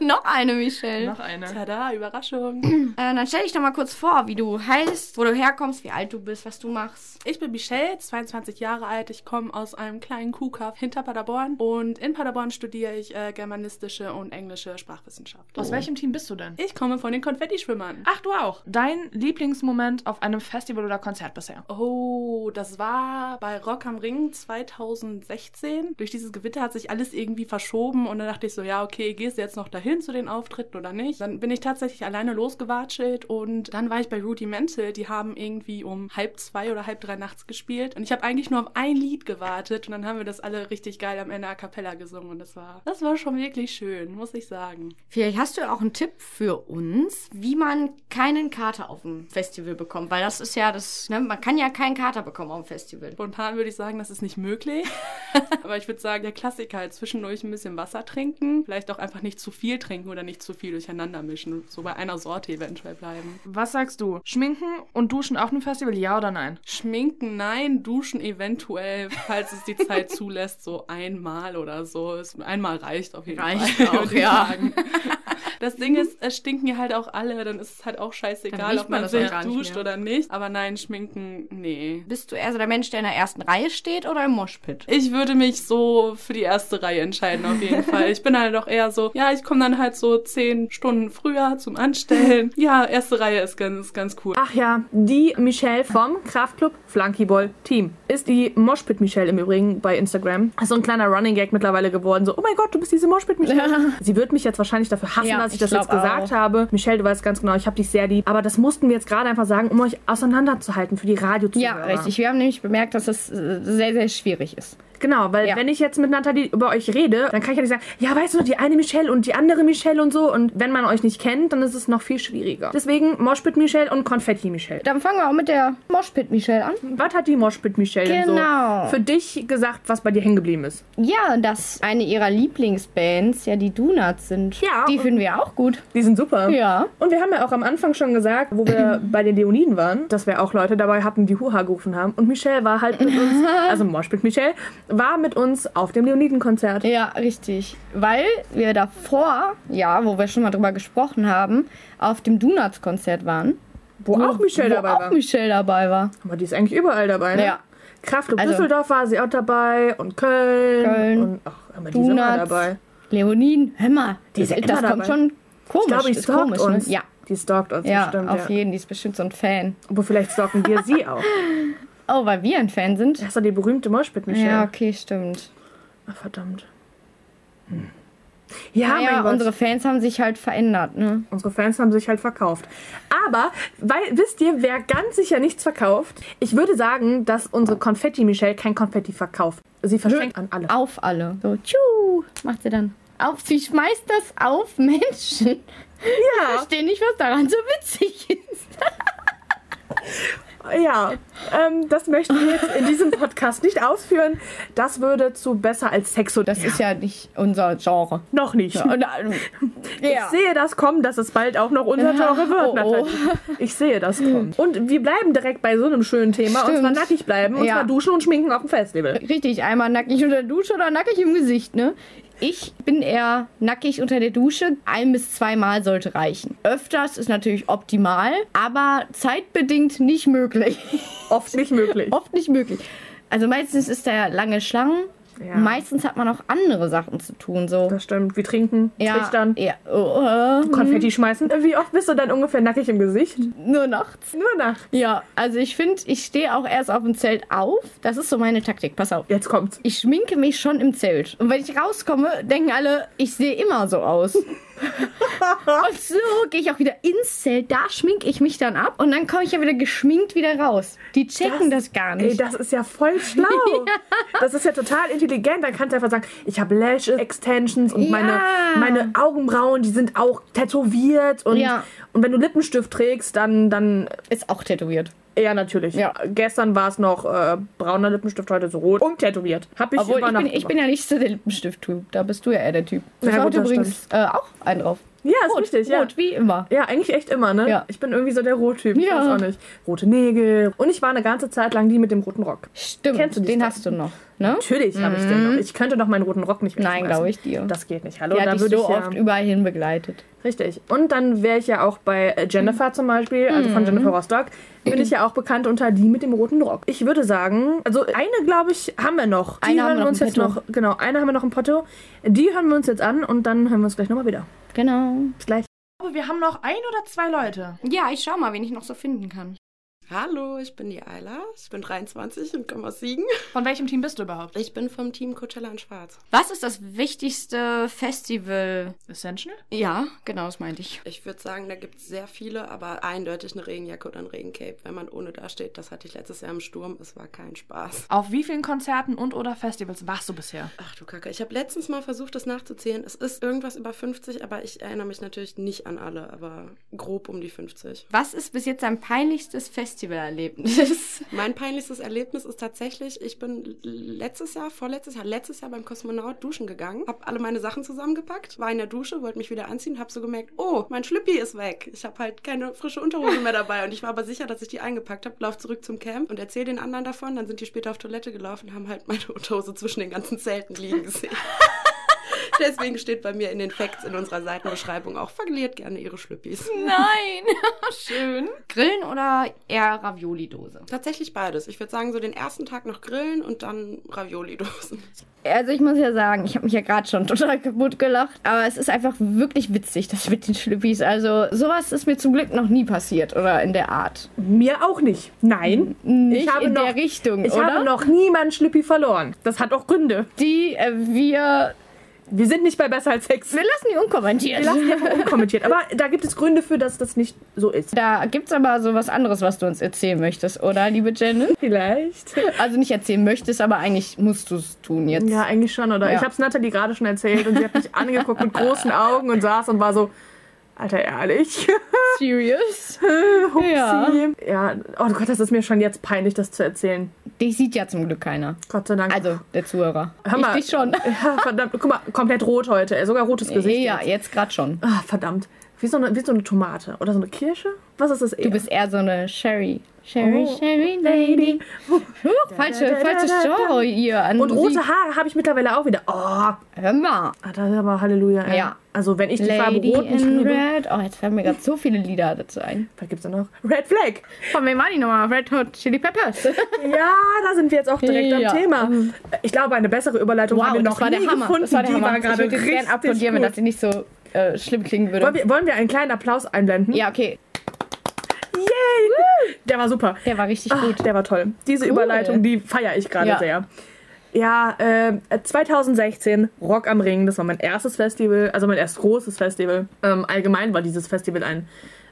S2: Noch eine, Michelle.
S1: Noch eine.
S9: Tada, Überraschung.
S2: Äh, dann stell dich doch mal kurz vor, wie du heißt, wo du herkommst, wie alt du bist, was du machst.
S9: Ich bin Michelle, 22 Jahre alt. Ich komme aus einem kleinen Kuhkaff hinter Paderborn und in Paderborn studiere ich äh, germanistische und englische Sprachwissenschaft.
S8: Oh.
S1: Aus welchem Team bist du denn?
S9: Ich komme von den Konfettischwimmern.
S1: Ach, du auch. Dein Lieblingsmoment auf einem Festival oder Konzert bisher?
S9: Oh, das war bei Rock am Ring 2016. Durch dieses Gewitter hat sich alles irgendwie verschoben und dann dachte ich so, ja, okay, gehst du jetzt noch dahin zu den Auftritten oder nicht? Dann bin ich tatsächlich alleine losgewatschelt und dann war ich bei Rudimental. Die haben irgendwie um halb zwei oder halb drei nachts gespielt und ich habe eigentlich nur auf ein Lied gewartet und dann haben wir das alle richtig geil am Ende a cappella gesungen und das war, das war schon wirklich schön, muss ich sagen.
S2: Vielleicht hast du auch einen Tipp für uns, wie man keinen Kater auf dem Festival bekommt, weil das ist ja das, ne, man kann ja keinen Kater bekommen auf dem Festival.
S9: Spontan würde ich sagen, das ist nicht möglich. Aber ich würde sagen, der Klassiker, halt zwischendurch ein bisschen Wasser trinken. Vielleicht auch einfach nicht zu viel trinken oder nicht zu viel durcheinander mischen. So bei einer Sorte eventuell bleiben.
S1: Was sagst du? Schminken und duschen auf einem Festival, ja oder nein?
S9: Schminken, nein. Duschen eventuell, falls es die Zeit zulässt, so einmal oder so. Es- Einmal reicht auf jeden
S2: Reicht
S9: Fall.
S2: auch,
S9: würde ich
S2: ja.
S9: sagen. Das Ding ist, es stinken ja halt auch alle. Dann ist es halt auch
S2: Dann
S9: scheißegal,
S2: riecht
S9: ob man
S2: man das auch
S9: sich
S2: gar nicht
S9: duscht
S2: mehr.
S9: oder nicht. Aber nein, schminken, nee.
S2: Bist du eher so der Mensch, der in der ersten Reihe steht oder im Moshpit?
S9: Ich würde mich so für die erste Reihe entscheiden, auf jeden Fall. Ich bin halt doch eher so, ja, ich komme dann halt so zehn Stunden früher zum Anstellen. Ja, erste Reihe ist ganz, ist ganz cool.
S6: Ach ja, die Michelle vom Kraftclub Flunkyball Team. Ist die Moshpit Michelle im Übrigen bei Instagram. Ist so ein kleiner Running Gag mittlerweile geworden. So, oh mein Gott, du bist diese Moshpit Michelle. Sie wird mich jetzt wahrscheinlich dafür hassen,
S5: Ja,
S6: dass
S5: ich
S6: ich das jetzt
S5: glaub auch.
S6: gesagt habe. Michelle, du weißt ganz genau, ich habe dich sehr lieb. Aber das mussten wir jetzt gerade einfach sagen, um euch auseinanderzuhalten für die
S5: ja,
S6: Radiozuhörer.
S5: richtig. Wir haben nämlich bemerkt, dass es äh, sehr, sehr schwierig ist.
S6: Genau, weil
S5: Ja.
S6: wenn ich jetzt mit Nathalie über euch rede, dann kann ich ja nicht sagen, ja, weißt du, die eine Michelle und die andere Michelle und so. Und wenn man euch nicht kennt, dann ist es noch viel schwieriger. Deswegen Moshpit Michelle und Konfetti Michelle.
S5: Dann fangen wir auch mit der Moshpit Michelle an.
S6: Was hat die Moshpit Michelle
S5: Genau.
S6: denn so für dich gesagt, was bei dir hängen geblieben ist?
S5: Ja, dass eine ihrer Lieblingsbands ja die Donuts sind.
S6: Ja,
S5: Die
S6: und-
S5: finden wir auch gut.
S6: Die sind super.
S5: Ja.
S6: Und wir haben ja auch am Anfang schon gesagt, wo wir bei den Leoniden waren, dass wir auch Leute dabei hatten, die Huha gerufen haben. Und Michelle war halt mit uns, also Moshpit Michelle, war mit uns auf dem Leoniden-Konzert.
S5: Ja, richtig. Weil wir davor, ja, wo wir schon mal drüber gesprochen haben, auf dem Donuts-Konzert waren.
S6: Wo auch Michelle
S5: wo
S6: dabei
S5: auch
S6: war.
S5: Michelle dabei war.
S6: Aber die ist eigentlich überall dabei, ne?
S5: Ja.
S6: Kraftclub
S5: Also-
S6: Düsseldorf war sie auch dabei und Köln.
S5: Köln.
S6: Und, ach, aber die sind immer
S5: Donuts.
S6: dabei.
S5: Leonin, hör mal,
S6: Die ist
S5: das
S6: immer
S5: kommt
S6: dabei.
S5: schon komisch.
S6: Ich glaube, die
S5: ist
S6: stalkt
S5: komisch,
S6: uns.
S5: Ne? Ja,
S6: Die stalkt uns,
S5: ja
S6: bestimmt.
S5: auf
S6: ja.
S5: jeden, die ist bestimmt so ein Fan.
S6: Obwohl, vielleicht stalken wir sie auch.
S5: Oh, weil wir ein Fan sind?
S6: Das ist doch die berühmte Moshpit, Michelle.
S5: Ja, okay, stimmt.
S6: Ach, verdammt. Hm. Ja,
S5: naja,
S6: mein Gott.
S5: unsere Fans haben sich halt verändert, ne?
S6: Unsere Fans haben sich halt verkauft. Aber, weil, wisst ihr, wer ganz sicher nichts verkauft? Ich würde sagen, dass unsere Konfetti-Michelle kein Konfetti verkauft. Sie verschenkt an alle.
S5: Auf alle. So, tschu, macht sie dann. Auf, sie schmeißt das auf Menschen. Ich verstehe nicht, was daran so witzig ist.
S6: Ja, ähm, das möchten wir jetzt in diesem Podcast nicht ausführen. Das würde zu besser als Sexo.
S5: Das ist ja nicht unser Genre.
S6: noch nicht.
S5: Und, ähm, ja.
S6: Ich sehe das kommen, dass es bald auch noch unser Genre wird,
S5: oh, oh.
S6: Nathalie. Ich sehe das kommen. Und wir bleiben direkt bei so einem schönen Thema. Und zwar
S5: Stimmt.
S6: nackig bleiben. Und
S5: Ja.
S6: zwar duschen und schminken auf dem Festival.
S5: Richtig, einmal nackig unter der Dusche oder nackig im Gesicht, ne? Ich bin eher nackig unter der Dusche. Ein bis zweimal sollte reichen. Öfters ist natürlich optimal, aber zeitbedingt nicht möglich.
S6: Oft nicht möglich.
S5: Oft nicht möglich. Also meistens ist da lange Schlangen.
S6: Ja.
S5: Meistens hat man auch andere Sachen zu tun, so.
S6: Das stimmt. Wir trinken, trichtern,
S5: ja. Mhm. Oh, äh,
S6: Konfetti schmeißen. Wie oft bist du dann ungefähr nackig im Gesicht?
S5: nur nachts.
S6: Nur nachts.
S5: Ja, also ich finde, ich stehe auch erst auf dem Zelt auf. Das ist so meine Taktik. Pass auf.
S6: Jetzt kommt's.
S5: Ich schminke mich schon im Zelt. Und wenn ich rauskomme, denken alle, ich sehe immer so aus. und so gehe ich auch wieder ins Zelt. Da schminke ich mich dann ab. Und dann komme ich ja wieder geschminkt wieder raus. Die checken das, gar
S6: Ey,
S5: nicht.
S6: das ist ja voll schlau. Das ist ja total intelligent. Dann kannst du einfach sagen, ich habe Lashes, Extensions und
S5: Ja.
S6: meine, meine Augenbrauen, die sind auch tätowiert. Und,
S5: Ja.
S6: und wenn du Lippenstift trägst, dann, dann
S5: ist auch tätowiert.
S6: eher natürlich.
S5: Ja.
S6: Gestern war es noch äh, brauner Lippenstift, heute so rot und tätowiert. Hab ich
S5: Obwohl,
S6: über
S5: ich
S6: Nacht
S5: bin, ich bin ja nicht so der Lippenstift-Typ. Da bist du ja eher der Typ. Du
S6: Ja,
S5: hast
S6: gut, das
S5: übrigens äh, auch einen drauf.
S6: Ja, ist
S5: Rot,
S6: richtig. Ja.
S5: Rot, wie immer.
S6: Ja, eigentlich echt immer, ne?
S5: Ja.
S6: Ich bin irgendwie so der Rottyp. Ich
S5: Ja.
S6: weiß auch nicht. Rote Nägel. Und ich war eine ganze Zeit lang die mit dem roten Rock.
S5: Stimmt,
S6: Kennst du die
S5: den
S6: Story?
S5: hast du noch. Ne?
S6: Natürlich habe ich den noch. Ich könnte doch meinen roten Rock nicht
S5: Nein,
S6: wegschmeißen.
S5: glaube ich dir.
S6: Das geht nicht. Hallo,
S5: Der
S6: da
S5: hat dich
S6: würde
S5: so
S6: ich ja,
S5: oft überall hin begleitet.
S6: Richtig. Und dann wäre ich ja auch bei äh,
S5: Mhm.
S6: Jennifer zum Beispiel, also von Jennifer Rostock, bin ich ja auch bekannt unter die mit dem roten Rock. Ich würde sagen, also eine, glaube ich, haben wir noch. Die
S5: Eine haben
S6: hören
S5: wir noch
S6: uns
S5: im
S6: jetzt
S5: Petto.
S6: noch, genau, eine haben wir noch im Potto. Die hören wir uns jetzt an und dann hören wir uns gleich nochmal wieder.
S5: Genau.
S6: Bis gleich.
S1: glaube, wir haben noch ein oder zwei Leute.
S2: Ja, ich schau mal, wen ich noch so finden kann.
S10: Hallo, ich bin die Ayla. Ich bin 23 und komme aus Siegen.
S1: Von welchem Team bist du überhaupt?
S10: Ich bin vom Team Coachella in Schwarz.
S2: Was ist das wichtigste Festival?
S1: Essential?
S2: Ja, genau, das meinte ich.
S10: Ich würde sagen, da gibt es sehr viele, aber eindeutig eine Regenjacke oder ein Regencape, wenn man ohne dasteht. Das hatte ich letztes Jahr im Sturm. Es war kein Spaß.
S1: Auf wie vielen Konzerten und oder Festivals warst du bisher?
S10: Ach du Kacke, ich habe letztens mal versucht, das nachzuzählen. Es ist irgendwas über 50, aber ich erinnere mich natürlich nicht an alle, aber grob um die 50.
S2: Was ist bis jetzt dein peinlichstes Festivalerlebnis?
S10: Mein peinlichstes Erlebnis ist tatsächlich, ich bin letztes Jahr, vorletztes Jahr, letztes Jahr beim Kosmonaut duschen gegangen, habe alle meine Sachen zusammengepackt, war in der Dusche, wollte mich wieder anziehen, habe so gemerkt, oh, mein Schlippi ist weg. Ich habe halt keine frische Unterhose mehr dabei und ich war aber sicher, dass ich die eingepackt habe, lauf zurück zum Camp und erzähl den anderen davon, dann sind die später auf Toilette gelaufen, haben halt meine Unterhose zwischen den ganzen Zelten liegen gesehen. Deswegen steht bei mir in den Facts in unserer Seitenbeschreibung auch, verliert gerne ihre Schlüppis.
S2: Nein, schön. Grillen oder eher Ravioli-Dose?
S10: Tatsächlich beides. Ich würde sagen, so den ersten Tag noch grillen und dann Ravioli-Dosen.
S5: Also ich muss ja sagen, ich habe mich ja gerade schon total kaputt gelacht, aber es ist einfach wirklich witzig, das mit den Schlüppis. Also sowas ist mir zum Glück noch nie passiert oder in der Art.
S6: Mir auch nicht. Nein.
S5: Nicht
S6: ich habe
S5: in
S6: noch,
S5: der Richtung,
S6: Ich
S5: oder?
S6: habe noch nie meinen Schlippi verloren. Das hat auch Gründe.
S5: die äh, wir
S6: Wir sind nicht bei besser als Sex.
S5: wir lassen die unkommentiert.
S6: Wir lassen die einfach unkommentiert. Aber da gibt es Gründe für, dass das nicht so ist.
S5: da gibt's aber so was anderes, was du uns erzählen möchtest, oder, liebe Janet?
S6: Vielleicht.
S5: Also nicht erzählen möchtest, aber eigentlich musst du es tun jetzt.
S6: Ja, eigentlich schon, oder?
S5: Ja.
S6: Ich hab's Nathalie gerade schon erzählt und sie hat mich angeguckt mit großen Augen und saß und war so, Alter, ehrlich?
S5: Serious?
S6: Hupsi.
S5: Ja.
S6: ja. Oh Gott, das ist mir schon jetzt peinlich, das zu erzählen.
S5: Dich sieht ja zum Glück keiner.
S6: Gott sei Dank.
S5: Also der Zuhörer.
S6: Hör mal.
S5: Ich dich schon.
S6: Ja, verdammt, guck mal, komplett rot heute. ey, Sogar rotes Gesicht.
S5: ja,
S6: jetzt.
S5: jetzt gerade schon.
S6: Ah, verdammt. Wie so, eine, wie so eine Tomate oder so eine Kirsche? Was ist das eher?
S5: Du bist eher so eine Sherry. Sherry,
S6: Oh,
S5: Sherry Lady. Huch, falsche, falsches Genre hier. An
S6: Und
S5: Musik.
S6: rote Haare habe ich mittlerweile auch wieder. Oh,
S5: Hör mal.
S6: Ah, das ist aber Halleluja. Ey.
S5: Ja.
S6: Also wenn ich die Farbe
S5: Lady
S6: rot nicht
S5: in
S6: liebe,
S5: Red. Oh, jetzt fallen mir gerade so viele Lieder dazu ein.
S6: was gibt's da noch? Red Flag.
S5: Von wem war die nochmal? Red Hot Chili Peppers.
S6: Ja, da sind wir jetzt auch direkt
S5: Ja.
S6: am Thema. Ich glaube, eine bessere Überleitung
S5: Wow,
S6: haben wir
S5: das
S6: noch
S5: war
S6: nie
S5: der Hammer.
S6: gefunden.
S5: Das war der
S6: die
S5: Hammer.
S6: war gerade
S5: ich würde
S6: richtig
S5: gerne applaudieren, wenn
S6: gut.
S5: das hier nicht so äh, schlimm klingen würde.
S6: wollen, wir, wollen wir einen kleinen Applaus einblenden?
S5: ja, okay.
S6: Yay! Der war super.
S5: Der war richtig
S6: Ach,
S5: gut.
S6: der war toll. Diese Überleitung, die feiere ich gerade
S5: Ja.
S6: sehr. Ja, äh, 2016, Rock am Ring, das war mein erstes Festival, also mein erst großes Festival. Ähm, allgemein war dieses Festival ein,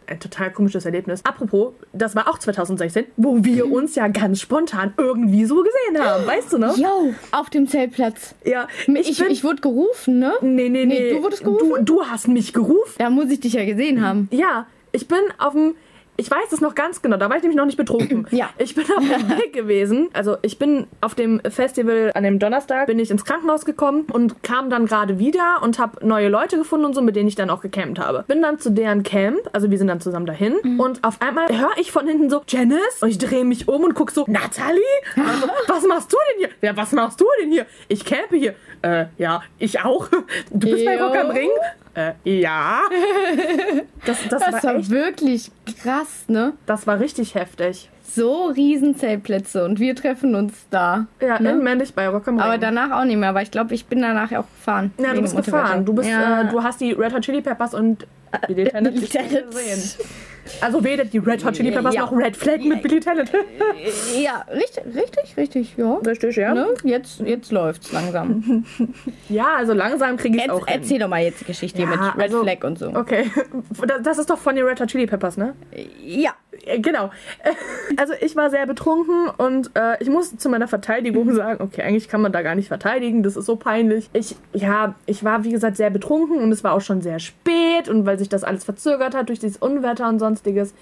S6: ein total komisches Erlebnis. Apropos, das war auch 2016, wo
S5: Mhm.
S6: wir uns ja ganz spontan irgendwie so gesehen haben, weißt du noch?
S5: Yo, auf dem Zeltplatz.
S6: Ja,
S5: Ich, ich,
S6: bin-
S5: wurde gerufen, ne?
S6: Nee, nee, nee.
S5: Nee, du wurdest gerufen?
S6: Du, du hast mich gerufen.
S5: Da muss ich dich ja
S6: Mhm.
S5: gesehen haben.
S6: Ja, ich bin auf dem. Ich weiß es noch ganz genau, da war ich nämlich noch nicht betrunken.
S5: Ja.
S6: Ich bin auf dem Weg gewesen. Also ich bin auf dem Festival an dem Donnerstag, bin ich ins Krankenhaus gekommen und kam dann gerade wieder und habe neue Leute gefunden und so, mit denen ich dann auch gecampt habe. Bin dann zu deren Camp, also wir sind dann zusammen dahin und auf einmal höre ich von hinten so, Janice? Und ich drehe mich um und guck so, Natalie? Also, was machst du denn hier? Ja, was machst du denn hier? Ich campe hier. Äh, ja, ich auch. Du bist bei
S5: Jo.
S6: Rock am Ring? Äh, ja. Das, das,
S5: Das
S6: war
S5: war
S6: echt,
S5: wirklich krass, ne?
S6: das war richtig heftig.
S5: So riesen Zeltplätze und wir treffen uns da.
S6: Ja,
S5: Ne?
S6: in männlich bei Rock am Ring.
S5: Aber danach auch nicht mehr, weil ich glaube, ich bin danach auch gefahren.
S6: ja, du
S5: Wegen
S6: bist
S5: dem Unter-
S6: gefahren. Du, bist,
S5: Ja.
S6: äh, du hast die Red Hot Chili Peppers und Billy Talent
S5: Billy Talent.
S6: gesehen. Also weder die Red Hot Chili Peppers
S5: Ja.
S6: noch Red Flag mit Billy Talent.
S5: Ja, richtig, richtig, richtig, ja.
S6: Richtig, ja.
S5: Ne? Jetzt, jetzt läuft's langsam.
S6: Ja, also langsam kriege ich
S5: Jetzt,
S6: auch hin.
S5: erzähl doch mal jetzt die Geschichte
S6: Ja,
S5: mit Red
S6: also-
S5: Flag und so.
S6: Okay, Das- das ist doch von den Red Hot Chili Peppers, ne?
S5: Ja,
S6: Äh, Genau. Äh, Also ich war sehr betrunken und äh, ich muss zu meiner Verteidigung sagen, okay, eigentlich kann man da gar nicht verteidigen, das ist so peinlich. Ich, ja, ich war wie gesagt sehr betrunken und es war auch schon sehr spät und weil sich das alles verzögert hat durch dieses Unwetter und sonstiges.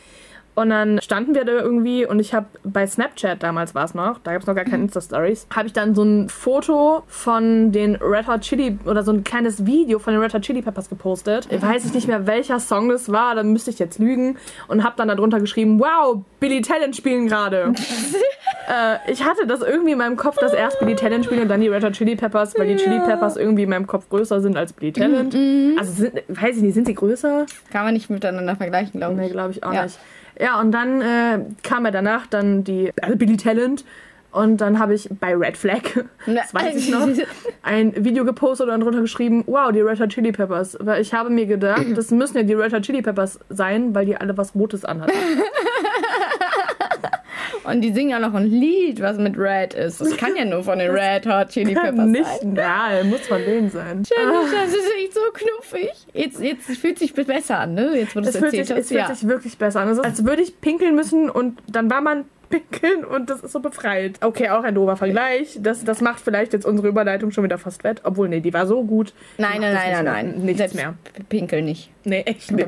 S6: Und dann standen wir da irgendwie und ich habe bei Snapchat damals war es noch, da gab es noch gar keine Insta-Stories, habe ich dann so ein Foto von den Red Hot Chili oder so ein kleines Video von den Red Hot Chili Peppers gepostet. Ich weiß nicht mehr, welcher Song das war, dann müsste ich jetzt lügen. Und habe dann darunter geschrieben, wow, Billy Talent spielen gerade. äh, ich hatte das irgendwie in meinem Kopf, dass erst Billy Talent spielen und dann die Red Hot Chili Peppers, weil die Chili Peppers irgendwie in meinem Kopf größer sind als Billy Talent. Also sind, weiß ich nicht, sind sie größer?
S5: kann man nicht miteinander vergleichen, glaube
S6: Nee,
S5: ich.
S6: glaube ich auch
S5: Ja.
S6: nicht. Ja, und dann äh, kam ja danach dann die also Billy Talent. Und dann habe ich bei Red Flag,
S5: Na,
S6: das weiß ich noch, ein Video gepostet und drunter geschrieben, wow, die Red Hot Chili Peppers. Weil ich habe mir gedacht, das müssen ja die Red Hot Chili Peppers sein, weil die alle was Rotes anhatten.
S5: Und die singen ja noch ein Lied, was mit Red ist. Das kann ja nur von den Red Hot Chili Peppers sein.
S6: Nicht normal, muss von denen sein.
S5: Dennis, Das ist echt so knuffig. Jetzt, jetzt fühlt sich besser an, ne? Jetzt, wo du es
S6: Es fühlt,
S5: erzählt
S6: sich, es
S5: hast.
S6: fühlt
S5: Ja.
S6: sich wirklich besser an. Es ist, als würde ich pinkeln müssen und dann war man pinkeln und das ist so befreit. Okay, auch ein dober Vergleich. Das, das macht vielleicht jetzt unsere Überleitung schon wieder fast wett. Obwohl, nee, die war so gut. Die
S5: Nein,
S6: macht
S5: nein,
S6: das
S5: nein, nein, nein.
S6: Nichts
S5: Selbst
S6: mehr.
S5: p- Pinkel nicht.
S6: Nee, echt nicht.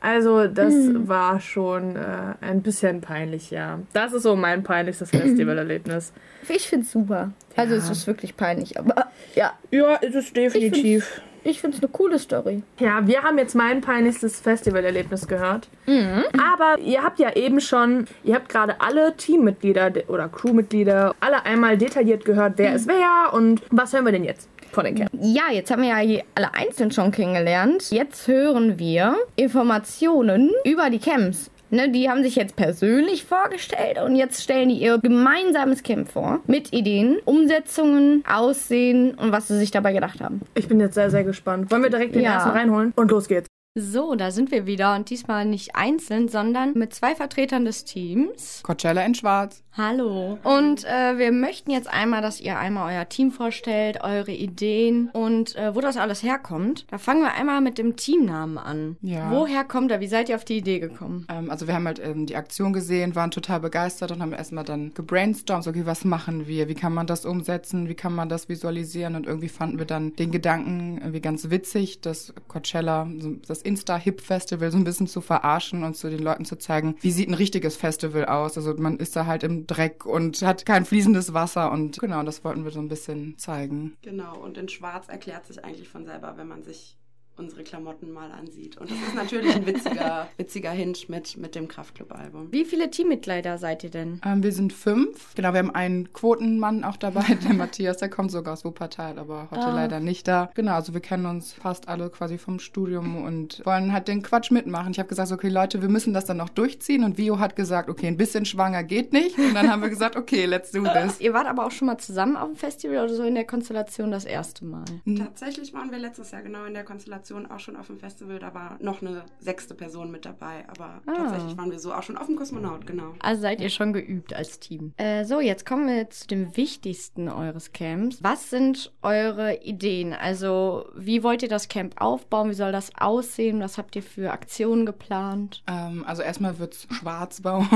S6: Also, das war schon äh, ein bisschen peinlich, ja. Das ist so mein peinlichstes Festivalerlebnis.
S5: Ich find's super. Also es ist wirklich peinlich, aber ja,
S6: Ja, ist es definitiv.
S5: ich find's eine coole Story.
S6: Ja, wir haben jetzt mein peinlichstes Festivalerlebnis gehört.
S1: Mhm.
S6: Aber ihr habt ja eben schon, ihr habt gerade alle Teammitglieder de- oder Crewmitglieder alle einmal detailliert gehört,
S1: Mhm.
S6: wer ist wer und was hören wir denn jetzt von den Camp?
S5: Ja, jetzt haben wir ja je- alle einzeln schon kennengelernt. Jetzt hören wir Informationen über die Camps. Ne, die haben sich jetzt persönlich vorgestellt und jetzt stellen die ihr gemeinsames Camp vor. Mit Ideen, Umsetzungen, Aussehen und was sie sich dabei gedacht haben.
S6: Ich bin jetzt sehr, sehr gespannt. Wollen wir direkt den
S5: Ja.
S6: ersten reinholen? Und los geht's.
S2: So, da sind wir wieder und diesmal nicht einzeln, sondern mit zwei Vertretern des Teams.
S8: Coachella in Schwarz.
S2: Hallo. Und äh, wir möchten jetzt einmal, dass ihr einmal euer Team vorstellt, eure Ideen und äh, wo das alles herkommt. Da fangen wir einmal mit dem Teamnamen an.
S8: Ja.
S2: Woher kommt er? Wie seid ihr auf die Idee gekommen?
S8: Ähm, also wir haben halt ähm, die Aktion gesehen, waren total begeistert und haben erstmal dann gebrainstormt, so, okay, was machen wir, wie kann man das umsetzen, wie kann man das visualisieren und irgendwie fanden wir dann den Gedanken irgendwie ganz witzig, das Coachella, so das Insta-Hip-Festival so ein bisschen zu verarschen und zu den Leuten zu zeigen, wie sieht ein richtiges Festival aus, also man ist da halt im Dreck und hat kein fließendes Wasser und genau, das wollten wir so ein bisschen zeigen.
S10: Genau, und in Schwarz erklärt sich eigentlich von selber, wenn man sich unsere Klamotten mal ansieht. Und das ist natürlich ein witziger, witziger Hinge mit, mit dem Kraftclub-Album.
S2: Wie viele Teammitglieder seid ihr denn?
S8: Ähm, wir sind fünf. Genau, wir haben einen Quotenmann auch dabei, der Matthias, der kommt sogar aus Wuppertal, aber heute leider nicht da. Genau, also wir kennen uns fast alle quasi vom Studium und wollen halt den Quatsch mitmachen. Ich habe gesagt, okay Leute, wir müssen das dann noch durchziehen und Vio hat gesagt, okay, ein bisschen schwanger geht nicht. Und dann haben wir gesagt, okay, let's do this.
S2: Ihr wart aber auch schon mal zusammen auf dem Festival oder so in der Konstellation das erste Mal.
S10: Tatsächlich waren wir letztes Jahr genau in der Konstellation auch schon auf dem Festival. Da war noch eine sechste Person mit dabei, aber
S2: Ah.
S10: tatsächlich waren wir so auch schon auf dem Kosmonaut, genau.
S2: Also seid ihr schon geübt als Team. Äh, so, jetzt kommen wir zu dem Wichtigsten eures Camps. Was sind eure Ideen? Also, wie wollt ihr das Camp aufbauen? Wie soll das aussehen? Was habt ihr für Aktionen geplant?
S8: Ähm, also erstmal wird's schwarz bei uns,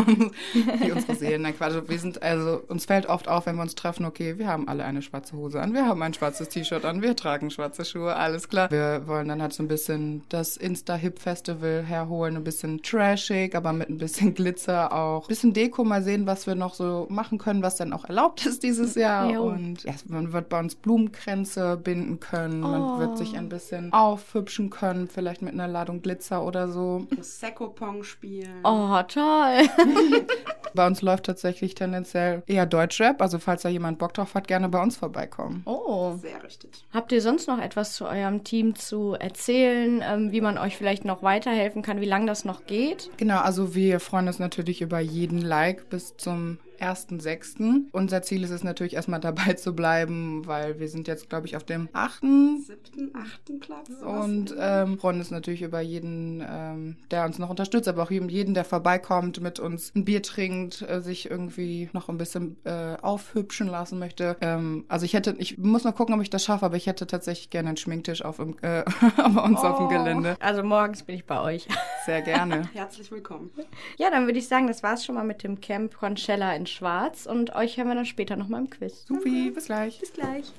S8: wie unsere Seelen. Nein, Quatsch. Wir sind also, uns fällt oft auf, wenn wir uns treffen, okay, wir haben alle eine schwarze Hose an, wir haben ein schwarzes T-Shirt an, wir tragen schwarze Schuhe, alles klar. Wir wollen dann halt so ein bisschen das Insta-Hip-Festival herholen, ein bisschen trashig, aber mit ein bisschen Glitzer auch. Ein bisschen Deko, mal sehen, was wir noch so machen können, was dann auch erlaubt ist dieses Jahr.
S2: Jo.
S8: Und ja, man wird bei uns Blumenkränze binden können, man wird sich ein bisschen aufhübschen können, vielleicht mit einer Ladung Glitzer oder so.
S10: Sekopong spielen.
S2: Oh, toll.
S8: Bei uns läuft tatsächlich tendenziell eher Deutschrap, also falls da jemand Bock drauf hat, gerne bei uns vorbeikommen.
S2: Oh.
S10: Sehr richtig.
S2: Habt ihr sonst noch etwas zu eurem Team zu erzählen, ähm, wie man euch vielleicht noch weiterhelfen kann, wie lange das noch geht?
S8: Genau, also wir freuen uns natürlich über jeden Like bis zum 1.6. Unser Ziel ist es natürlich erstmal dabei zu bleiben, weil wir sind jetzt, glaube ich, auf dem 8.
S10: Siebten, achten Platz. sowas.
S8: Und ähm, freuen uns natürlich über jeden, ähm, der uns noch unterstützt, aber auch jedem- jeden, der vorbeikommt, mit uns ein Bier trinkt, äh, sich irgendwie noch ein bisschen äh, aufhübschen lassen möchte. Ähm, also ich hätte, ich muss noch gucken, ob ich das schaffe, aber ich hätte tatsächlich gerne einen Schminktisch auf dem, äh, bei uns
S10: Oh.
S8: auf dem Gelände.
S2: Also morgens bin ich bei euch.
S8: Sehr gerne.
S10: Herzlich willkommen.
S2: Ja, dann würde ich sagen, das war's schon mal mit dem Camp Concella in Schwarz und euch hören wir dann später nochmal im Quiz.
S8: Supi, bis gleich.
S2: Bis gleich.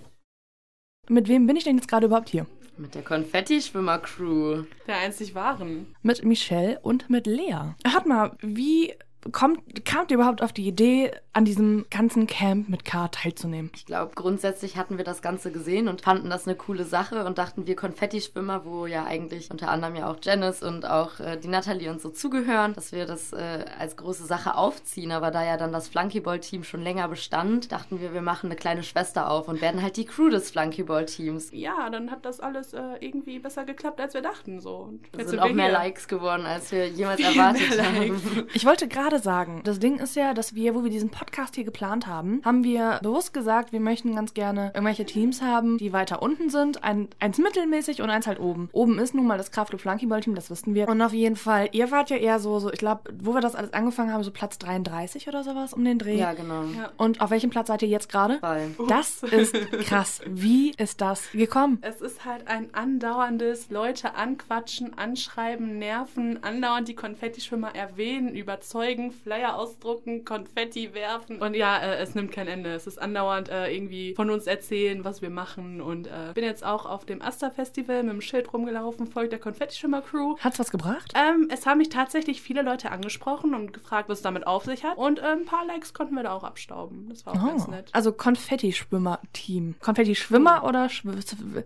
S1: Mit wem bin ich denn jetzt gerade überhaupt hier?
S4: Mit der Konfetti-Schwimmer-Crew.
S9: Der einzig wahren.
S1: Mit Michelle und mit Lea. Hört mal, wie kommt, kamt ihr überhaupt auf die Idee, an diesem ganzen Camp mit K teilzunehmen?
S4: Ich glaube, grundsätzlich hatten wir das Ganze gesehen und fanden das eine coole Sache und dachten, wir Konfetti-Schwimmer, wo ja eigentlich unter anderem ja auch Janice und auch äh, die Natalie und so zugehören, dass wir das äh, als große Sache aufziehen. Aber da ja dann das Flunkyball-Team schon länger bestand, dachten wir, wir machen eine kleine Schwester auf und werden halt die Crew des Flunkyball-Teams.
S9: Ja, dann hat das alles äh, irgendwie besser geklappt, als wir dachten. So. Und
S4: Es sind auch mehr Likes geworden, als wir jemals erwartet haben.
S1: Ich wollte gerade sagen, das Ding ist ja, dass wir, wo wir diesen Podcast hier geplant haben, haben wir bewusst gesagt, wir möchten ganz gerne irgendwelche Teams haben, die weiter unten sind, ein, eins mittelmäßig und eins halt oben. Oben ist nun mal das Kraft- und Flunkyball-Team, das wissen wir. Und auf jeden Fall, ihr wart ja eher so, so ich glaube, wo wir das alles angefangen haben, so Platz 33 oder sowas um den Dreh.
S4: Ja, genau.
S1: Und auf welchem Platz seid ihr jetzt gerade?
S4: Voll.
S1: Das ist krass. Wie ist das gekommen?
S9: Es ist halt ein andauerndes Leute anquatschen, anschreiben, nerven, andauernd die Konfettischwimmer erwähnen, überzeugen, Flyer ausdrucken, Konfetti werfen. Und ja, äh, es nimmt kein Ende. Es ist andauernd äh, irgendwie von uns erzählen, was wir machen. Und äh, bin jetzt auch auf dem Asta-Festival mit dem Schild rumgelaufen, folgt der Konfettischwimmer-Crew.
S1: Hat's was gebracht?
S9: Ähm, es haben mich tatsächlich viele Leute angesprochen und gefragt, was es damit auf sich hat. Und äh, ein paar Likes konnten wir da auch abstauben. Das war auch ganz nett.
S1: Also Konfetti-Schwimmer-Team. Konfetti-Schwimmer oder Schw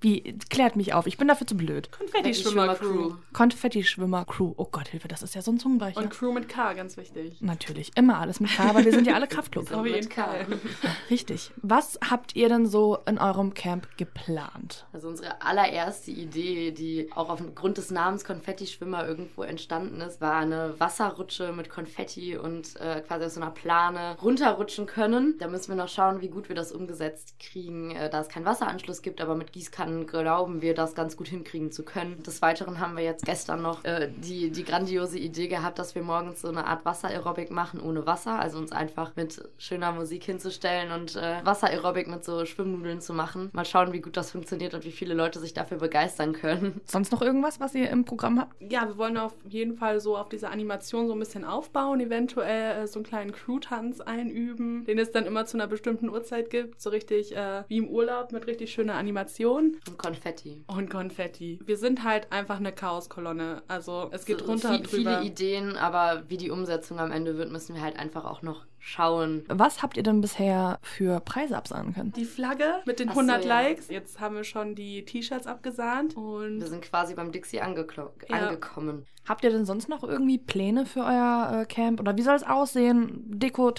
S1: wie? Klärt mich auf. Ich bin dafür zu blöd.
S9: Konfettischwimmer-Crew.
S1: Konfetti-Schwimmer-Crew. Oh Gott, Hilfe, das ist ja so ein Zungenbrecher.
S9: Und Crew mit K, ganz wichtig.
S1: Natürlich, immer alles mit K, weil wir sind ja alle Kraftclub.
S9: Auf jeden
S4: Mit K.
S9: Fall.
S1: Richtig. Was habt ihr denn so in eurem Camp geplant?
S4: Also unsere allererste Idee, die auch aufgrund des Namens Konfetti-Schwimmer irgendwo entstanden ist, war eine Wasserrutsche mit Konfetti und äh, quasi aus so einer Plane runterrutschen können. Da müssen wir noch schauen, wie gut wir das umgesetzt kriegen, äh, da es keinen Wasseranschluss gibt, aber mit Gießkannen glauben wir, das ganz gut hinkriegen zu können. Des Weiteren haben wir jetzt gestern noch äh, die, die grandiose Idee gehabt, dass wir morgens so eine Art Wasser-Aerobic machen ohne Wasser, also uns einfach mit schöner Musik hinzustellen und äh, Wasser-Aerobic mit so Schwimmnudeln zu machen. Mal schauen, wie gut das funktioniert und wie viele Leute sich dafür begeistern können.
S1: Sonst noch irgendwas, was ihr im Programm habt?
S9: Ja, wir wollen auf jeden Fall so auf diese Animation so ein bisschen aufbauen, eventuell äh, so einen kleinen Crew-Tanz einüben, den es dann immer zu einer bestimmten Uhrzeit gibt, so richtig äh, wie im Urlaub mit richtig schöner Animation
S4: Und Konfetti.
S9: und Konfetti. Wir sind halt einfach eine Chaoskolonne, also es geht
S4: So
S9: runter
S4: viel,
S9: drüber.
S4: Viele Ideen, aber wie die Umsetzung Leistung am Ende wird, müssen wir halt einfach auch noch schauen.
S1: Was habt ihr denn bisher für Preise absahnen können?
S9: Die Flagge mit den
S4: Ach so,
S9: 100
S4: ja.
S9: Likes. Jetzt haben wir schon die T-Shirts abgesahnt. Und
S4: Wir sind quasi beim Dixie angeklo-
S9: Ja.
S4: angekommen.
S1: Habt ihr denn sonst noch irgendwie Pläne für euer äh, Camp? Oder wie soll es aussehen?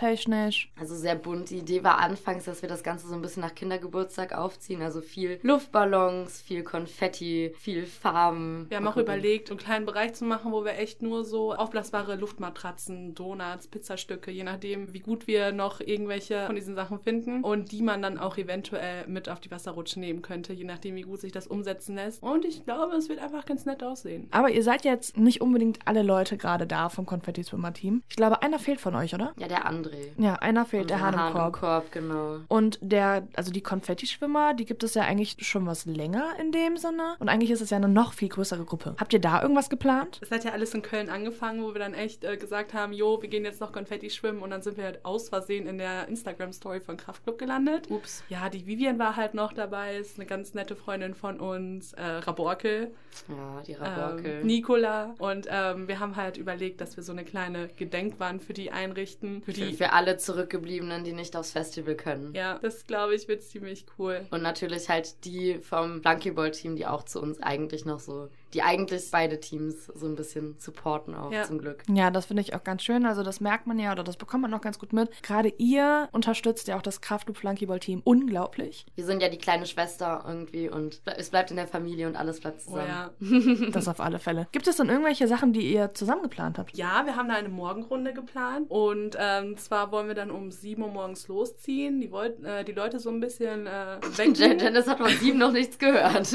S1: Dekotechnisch?
S4: Also sehr bunt. Die Idee war anfangs, dass wir das Ganze so ein bisschen nach Kindergeburtstag aufziehen. Also viel Luftballons, viel Konfetti, viel Farben.
S9: wir haben auch überlegt, einen kleinen Bereich zu machen, wo wir echt nur so aufblasbare Luftmatratzen, Donuts, Pizzastücke, je nachdem, wie gut wir noch irgendwelche von diesen Sachen finden und die man dann auch eventuell mit auf die Wasserrutsche nehmen könnte, je nachdem, wie gut sich das umsetzen lässt. Und ich glaube, es wird einfach ganz nett aussehen.
S1: Aber ihr seid jetzt nicht unbedingt alle Leute gerade da vom Konfetti-Swimmer-Team. Ich glaube, einer fehlt von euch, oder?
S4: Ja, der André.
S1: Ja, einer fehlt, der
S4: Unser
S1: Hahn im
S4: Hahn im
S1: Korb.
S4: Korb, genau.
S1: Und der, also die Konfettischwimmer, die gibt es ja eigentlich schon was länger in dem Sinne. Und eigentlich ist es ja eine noch viel größere Gruppe. Habt ihr da irgendwas geplant?
S9: Es hat ja alles in Köln angefangen, wo wir dann echt äh, gesagt haben, jo, wir gehen jetzt noch Konfetti schwimmen und dann sind wir halt aus Versehen in der Instagram-Story von Kraftclub gelandet.
S4: Ups.
S9: Ja, die Vivian war halt noch dabei, ist eine ganz nette Freundin von uns, äh, Raborkel,
S4: Ja, die Raborkel.
S9: ähm, Nicola und ähm, wir haben halt überlegt, dass wir so eine kleine Gedenkwand für die einrichten. Für
S4: für,
S9: die,
S4: für alle Zurückgebliebenen, die nicht aufs Festival können.
S9: ja, das glaube ich wird ziemlich cool.
S4: Und natürlich halt die vom Blankeyball-Team, die auch zu uns eigentlich noch so, die eigentlich beide Teams so ein bisschen supporten auch
S9: Ja.
S4: zum Glück.
S1: Ja, das finde ich auch ganz schön. Also das merkt man ja oder das bekommt man auch ganz gut mit. Gerade ihr unterstützt ja auch das Kraftloop-Flankyball-Team unglaublich.
S4: Wir sind ja die kleine Schwester irgendwie und ble- es bleibt in der Familie und alles bleibt
S9: Oh,
S4: zusammen.
S9: ja.
S1: Das auf alle Fälle. Gibt es denn irgendwelche Sachen, die ihr zusammen geplant habt?
S9: Ja, wir haben da eine Morgenrunde geplant. Und ähm, zwar wollen wir dann um 7 Uhr morgens losziehen. Die, wollten, äh, die Leute so ein bisschen äh,
S4: Jen-
S9: wecken.
S4: Janice hat von sieben noch nichts gehört.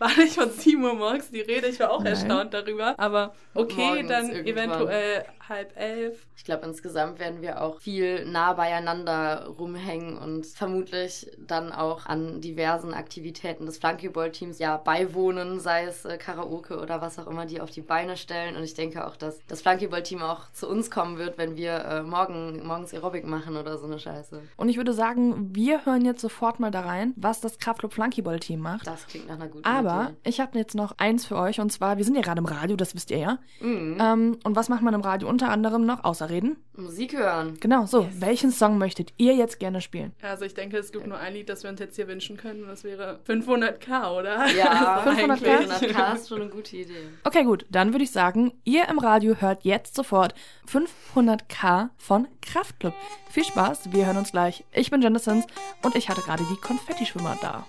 S9: War nicht von 7 Uhr morgens die Rede. Ich war auch
S1: Nein.
S9: erstaunt darüber. Aber okay,
S4: Morgens
S9: dann
S4: irgendwann.
S9: eventuell halb elf.
S4: ich glaube, insgesamt werden wir auch viel nah beieinander rumhängen und vermutlich dann auch an diversen Aktivitäten des Flunkyball-Teams ja beiwohnen, sei es äh, Karaoke oder was auch immer die auf die Beine stellen. Und ich denke auch, dass das Flunkyball-Team auch zu uns kommen wird, wenn wir äh, morgen, morgens Aerobic machen oder so eine Scheiße.
S1: Und ich würde sagen, wir hören jetzt sofort mal da rein, was das Kraftclub-Flankyball-Team macht.
S4: Das klingt nach einer guten
S1: Aber ich habe jetzt noch eins für euch und zwar, wir sind ja gerade im Radio, das wisst ihr ja.
S4: Idee. Mhm.
S1: Ähm, und was macht man im Radio unter anderem noch, außer reden?
S4: Musik hören.
S1: Genau, so. Welchen Song möchtet ihr jetzt gerne spielen?
S9: Also ich denke, es gibt nur ein Lied, das wir uns jetzt hier wünschen können. Und das wäre 500k, oder?
S4: Ja,
S1: 500 K?
S4: 500k ist schon eine gute Idee.
S1: Okay, gut, dann würde ich sagen, ihr im Radio hört jetzt sofort 500k von Kraftclub. Viel Spaß, wir hören uns gleich. Ich bin Jennison und ich hatte gerade die Konfettischwimmer da.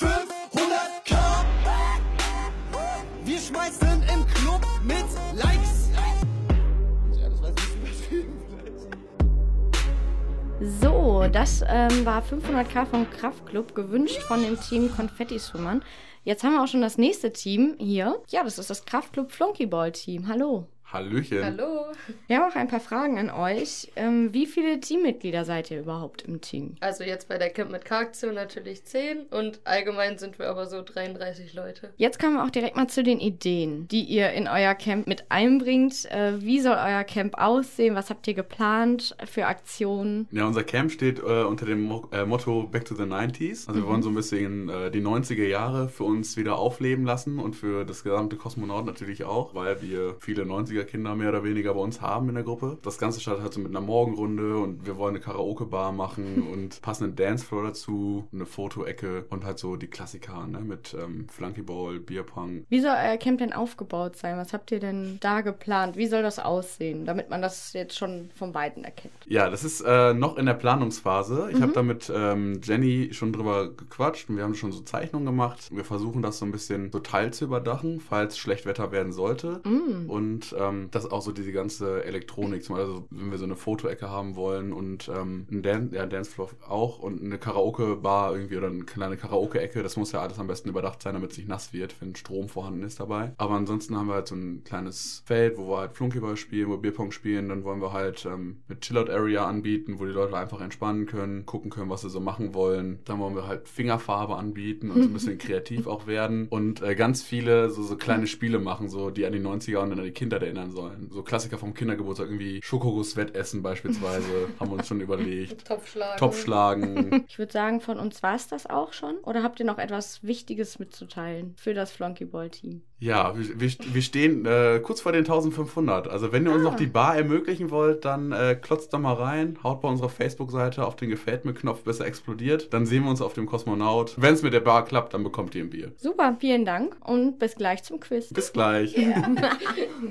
S11: 500k. Wir schmeißen im Club mit Likes. Ja, das war ein bisschen übertrieben.
S2: So, das ähm, war 500k vom Kraftclub, gewünscht von dem Team Konfetti-Swimmern. Jetzt haben wir auch schon das nächste Team hier. Ja, das ist das Kraftclub Flunkyball-Team. Hallo.
S3: Hallöchen.
S4: Hallo.
S2: Wir haben auch ein paar Fragen an euch. Ähm, wie viele Teammitglieder seid ihr überhaupt im Team?
S12: Also jetzt bei der Camp mit K-Aktion natürlich 10 und allgemein sind wir aber so 33 Leute.
S2: Jetzt kommen wir auch direkt mal zu den Ideen, die ihr in euer Camp mit einbringt. Äh, wie soll euer Camp aussehen? Was habt ihr geplant für Aktionen?
S3: Ja, unser Camp steht äh, unter dem Mo äh, Motto Back to the 90s. Also wir wollen so ein bisschen äh, die 90er Jahre für uns wieder aufleben lassen und für das gesamte Kosmonaut natürlich auch, weil wir viele 90er Kinder mehr oder weniger bei uns haben in der Gruppe. Das Ganze startet halt so mit einer Morgenrunde und wir wollen eine Karaoke-Bar machen und passenden Dancefloor dazu, eine Fotoecke und halt so die Klassiker, ne, mit ähm, Flunkyball, Bierpong.
S2: Wie soll euer Camp denn aufgebaut sein? Was habt ihr denn da geplant? Wie soll das aussehen, damit man das jetzt schon vom Weiten erkennt?
S3: Ja, das ist äh, noch in der Planungsphase. Ich habe da mit ähm, Jenny schon drüber gequatscht und wir haben schon so Zeichnungen gemacht. Wir versuchen das so ein bisschen so teil zu überdachen, falls schlecht Wetter werden sollte. Und ähm, das auch so diese ganze Elektronik, zum Beispiel, also wenn wir so eine Fotoecke haben wollen und ähm, ein Dan ja, Dancefloor auch und eine Karaoke-Bar irgendwie oder eine kleine Karaoke-Ecke, das muss ja alles am besten überdacht sein, damit es nicht nass wird, wenn Strom vorhanden ist dabei. Aber ansonsten haben wir halt so ein kleines Feld, wo wir halt Flunkyball spielen, wo wir Bierpong spielen, dann wollen wir halt ähm, eine Chillout-Area anbieten, wo die Leute einfach entspannen können, gucken können, was sie so machen wollen. Dann wollen wir halt Fingerfarbe anbieten und so ein bisschen kreativ auch werden und äh, ganz viele so, so kleine Spiele machen, so die an die 90er und an die Kinder der erinnern sollen. So Klassiker vom Kindergeburtstag, irgendwie Schokoguss-Wettessen beispielsweise, haben wir uns schon überlegt.
S12: Topfschlagen.
S3: Topfschlagen.
S2: Ich würde sagen, von uns war es das auch schon. Oder habt ihr noch etwas Wichtiges mitzuteilen für das Flunkyball-Team?
S3: Ja, wir, wir, wir stehen äh, kurz vor den 1500. Also wenn ihr uns noch die Bar ermöglichen wollt, dann äh, klotzt da mal rein, haut bei unserer Facebook-Seite auf den Gefällt mir-Knopf, bis er explodiert. Dann sehen wir uns auf dem Kosmonaut. Wenn es mit der Bar klappt, dann bekommt ihr ein Bier.
S2: Super, vielen Dank und bis gleich zum Quiz.
S3: Bis gleich.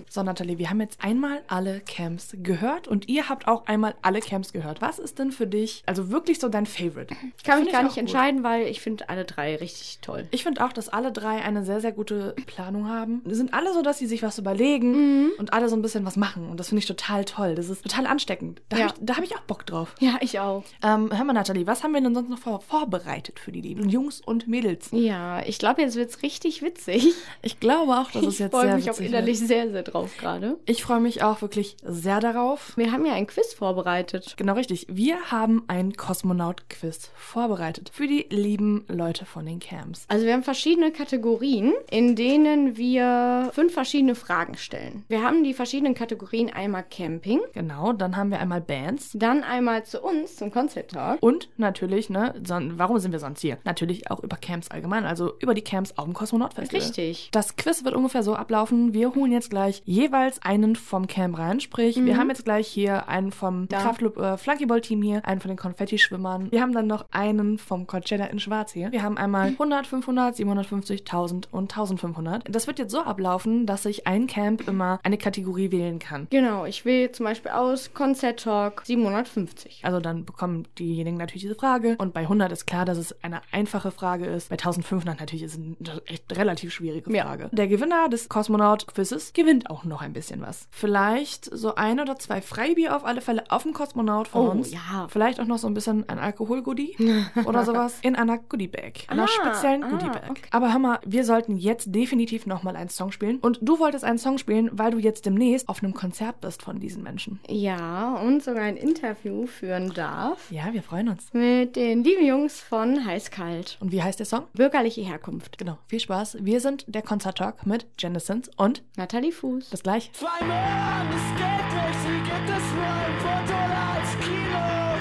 S1: So, Nathalie, wir haben jetzt einmal alle Camps gehört und ihr habt auch einmal alle Camps gehört. Was ist denn für dich, also wirklich so dein Favorite?
S2: Ich kann mich
S1: Find
S2: gar
S1: auch
S2: nicht
S1: gut.
S2: entscheiden, weil ich finde alle drei richtig toll.
S1: Ich finde auch, dass alle drei eine sehr, sehr gute Planung haben. Die sind alle so, dass sie sich was
S2: Mhm.
S1: überlegen und alle so ein bisschen was machen. Und das finde ich total toll. Das ist total ansteckend. Da
S2: Ja.
S1: habe ich, da hab ich auch Bock drauf.
S2: Ja, ich auch.
S1: Ähm, hör mal, Nathalie, was haben wir denn sonst noch vor vorbereitet für die lieben Jungs und Mädels?
S2: Ja, ich glaube, jetzt wird's richtig witzig.
S1: Ich glaube auch, dass es
S2: ich
S1: jetzt
S2: freue
S1: sehr
S2: mich auch
S1: witzig
S2: innerlich
S1: wird.
S2: sehr, sehr drauf gerade.
S1: Ich freue mich auch wirklich sehr darauf.
S2: Wir haben ja ein Quiz vorbereitet.
S1: Genau richtig. Wir haben ein Kosmonaut-Quiz vorbereitet für die lieben Leute von den Camps.
S2: Also wir haben verschiedene Kategorien, in denen wir fünf verschiedene Fragen stellen. Wir haben die verschiedenen Kategorien einmal Camping,
S1: Genau, dann haben wir einmal Bands.
S2: dann einmal zu uns zum Concept Talk.
S1: Und natürlich, ne, son warum sind wir sonst hier? Natürlich auch über Camps allgemein, also über die Camps auf dem Kosmonaut-Festival.
S2: Richtig.
S1: Das Quiz wird ungefähr so ablaufen. Wir holen jetzt gleich jeweils einen vom Camp rein. Sprich, wir
S2: Mhm.
S1: haben jetzt gleich hier einen vom
S2: Da.
S1: Kraftclub äh, Flunkyball-Team hier, einen von den Konfetti-Schwimmern. Wir haben dann noch einen vom Coachella in Schwarz hier. Wir haben einmal
S2: Mhm.
S1: 100, 500, 750, 1000 und 1500. Das wird jetzt so ablaufen, dass sich ein Camp immer eine Kategorie wählen kann.
S2: Genau, ich will zum Beispiel aus Concept Talk 750.
S1: Also dann bekommen diejenigen natürlich diese Frage. Und bei 100 ist klar, dass es eine einfache Frage ist. Bei 1500 natürlich ist es eine echt relativ schwierige
S2: Ja.
S1: Frage. Der Gewinner des Kosmonaut-Quizzes gewinnt auch noch ein bisschen was. Vielleicht so ein oder zwei Freibier auf alle Fälle auf dem Kosmonaut von
S2: Oh,
S1: uns.
S2: ja.
S1: Vielleicht auch noch so ein bisschen ein Alkoholgoodie oder sowas in einer Goodiebag. Einer
S2: Ah,
S1: speziellen
S2: ah,
S1: Goodiebag.
S2: okay.
S1: Aber hör mal, wir sollten jetzt definitiv nochmal einen Song spielen. Und du wolltest einen Song spielen, weil du jetzt demnächst auf einem Konzert bist von diesen Menschen.
S2: Ja, und sogar ein Interview führen darf
S1: Ja, wir freuen uns.
S2: mit den lieben Jungs von Heiß Kalt.
S1: Und wie heißt der Song?
S2: Bürgerliche Herkunft.
S1: Genau, viel Spaß. Wir sind der Concert Talk mit Jennessens und
S2: Nathalie Fuß.
S1: bis gleich.
S11: Zwei Möhren, das geht nicht, sie gibt es nur im Pfund oder als Kilo.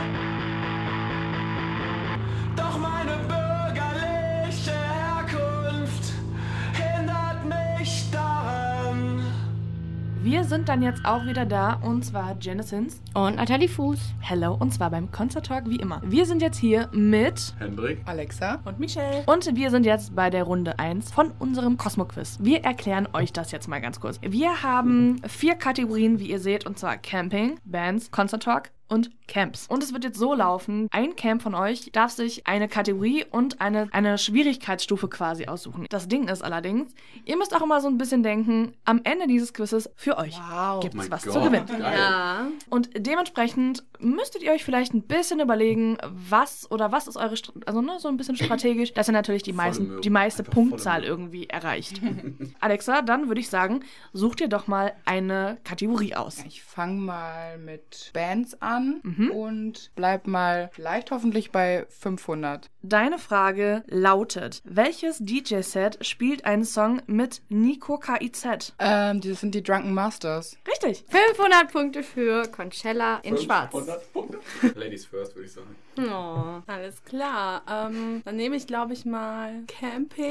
S11: Doch meine bürgerliche Herkunft hindert mich daran.
S1: Wir sind dann jetzt auch wieder da und zwar Jennessens.
S2: Und Nathalie Fuß.
S1: Hello und zwar beim Concert Talk wie immer. Wir sind jetzt hier mit
S3: Hendrik,
S8: Alexa,
S9: Und Michelle.
S1: und wir sind jetzt bei der Runde 1 von unserem Cosmo Quiz. Wir erklären euch das jetzt mal ganz kurz. Wir haben vier Kategorien, wie ihr seht, und zwar Camping, Bands, Concert Talk und Camps. Und es wird jetzt so laufen, ein Camp von euch darf sich eine Kategorie und eine, eine Schwierigkeitsstufe quasi aussuchen. Das Ding ist allerdings, ihr müsst auch immer so ein bisschen denken, am Ende dieses Quizzes für euch
S8: Wow.
S1: gibt es
S3: Oh Mein
S1: was zu
S3: Gott,
S1: gewinnen.
S3: geil.
S12: Ja.
S1: Und dementsprechend müsstet ihr euch vielleicht ein bisschen überlegen, was oder was ist eure, Stra- also ne, so ein bisschen strategisch, dass ihr natürlich die,
S3: Volle
S1: meisten,
S3: Möhre.
S1: die meiste
S3: Einfach volle
S1: Punktzahl
S3: Möhre.
S1: irgendwie erreicht. Alexa, dann würde ich sagen, such dir doch mal eine Kategorie aus.
S8: ich fange mal mit Bands an
S1: Mhm.
S8: und bleib mal vielleicht hoffentlich bei 500.
S1: Deine Frage lautet, welches DJ-Set spielt einen Song mit Nico KIZ?
S8: Ähm, das sind die Drunken Masters.
S1: Richtig.
S2: 500 Punkte für Conchella in Schwarz.
S3: 500 Punkte. Ladies first, würde ich sagen.
S2: Oh.
S9: Alles klar. Ähm, dann nehme ich, glaube ich, mal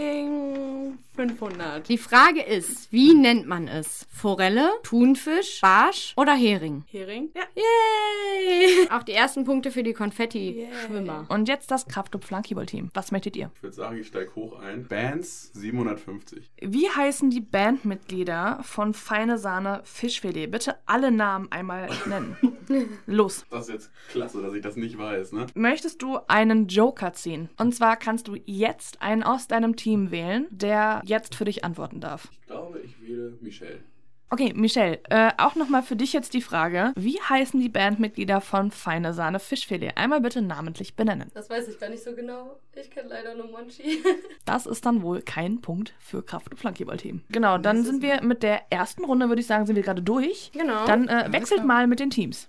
S9: Camping 500.
S2: Die Frage ist, wie nennt man es? Forelle, Thunfisch, Barsch oder Hering?
S9: Hering? Ja.
S2: Yay! Auch die ersten Punkte für die Konfetti-Schwimmer.
S1: Und jetzt das Kraftclub Flunkyball-Team. Was möchtet ihr?
S3: Ich würde sagen, ich steige hoch ein. Bands 750.
S1: Wie heißen die Bandmitglieder von Feine Sahne Fischfilet? Bitte alle Namen einmal nennen. Los.
S3: Das ist jetzt klasse, dass ich das nicht weiß, ne?
S1: Möchtest du einen Joker ziehen? Und zwar kannst du jetzt einen aus deinem Team wählen, der jetzt für dich antworten darf.
S3: Ich glaube, ich wähle Michelle.
S1: Okay, Michelle, äh, auch nochmal für dich jetzt die Frage. Wie heißen die Bandmitglieder von Feine Sahne Fischfilet? Einmal bitte namentlich benennen.
S12: Das weiß ich gar nicht so genau. Ich kenne leider nur Monchi.
S1: Das ist dann wohl kein Punkt für Kraft- und Flankeball-Team. Genau, dann sind wir mit der ersten Runde, würde ich sagen, sind wir gerade durch.
S2: Genau.
S1: Dann äh, wechselt mal mit den Teams.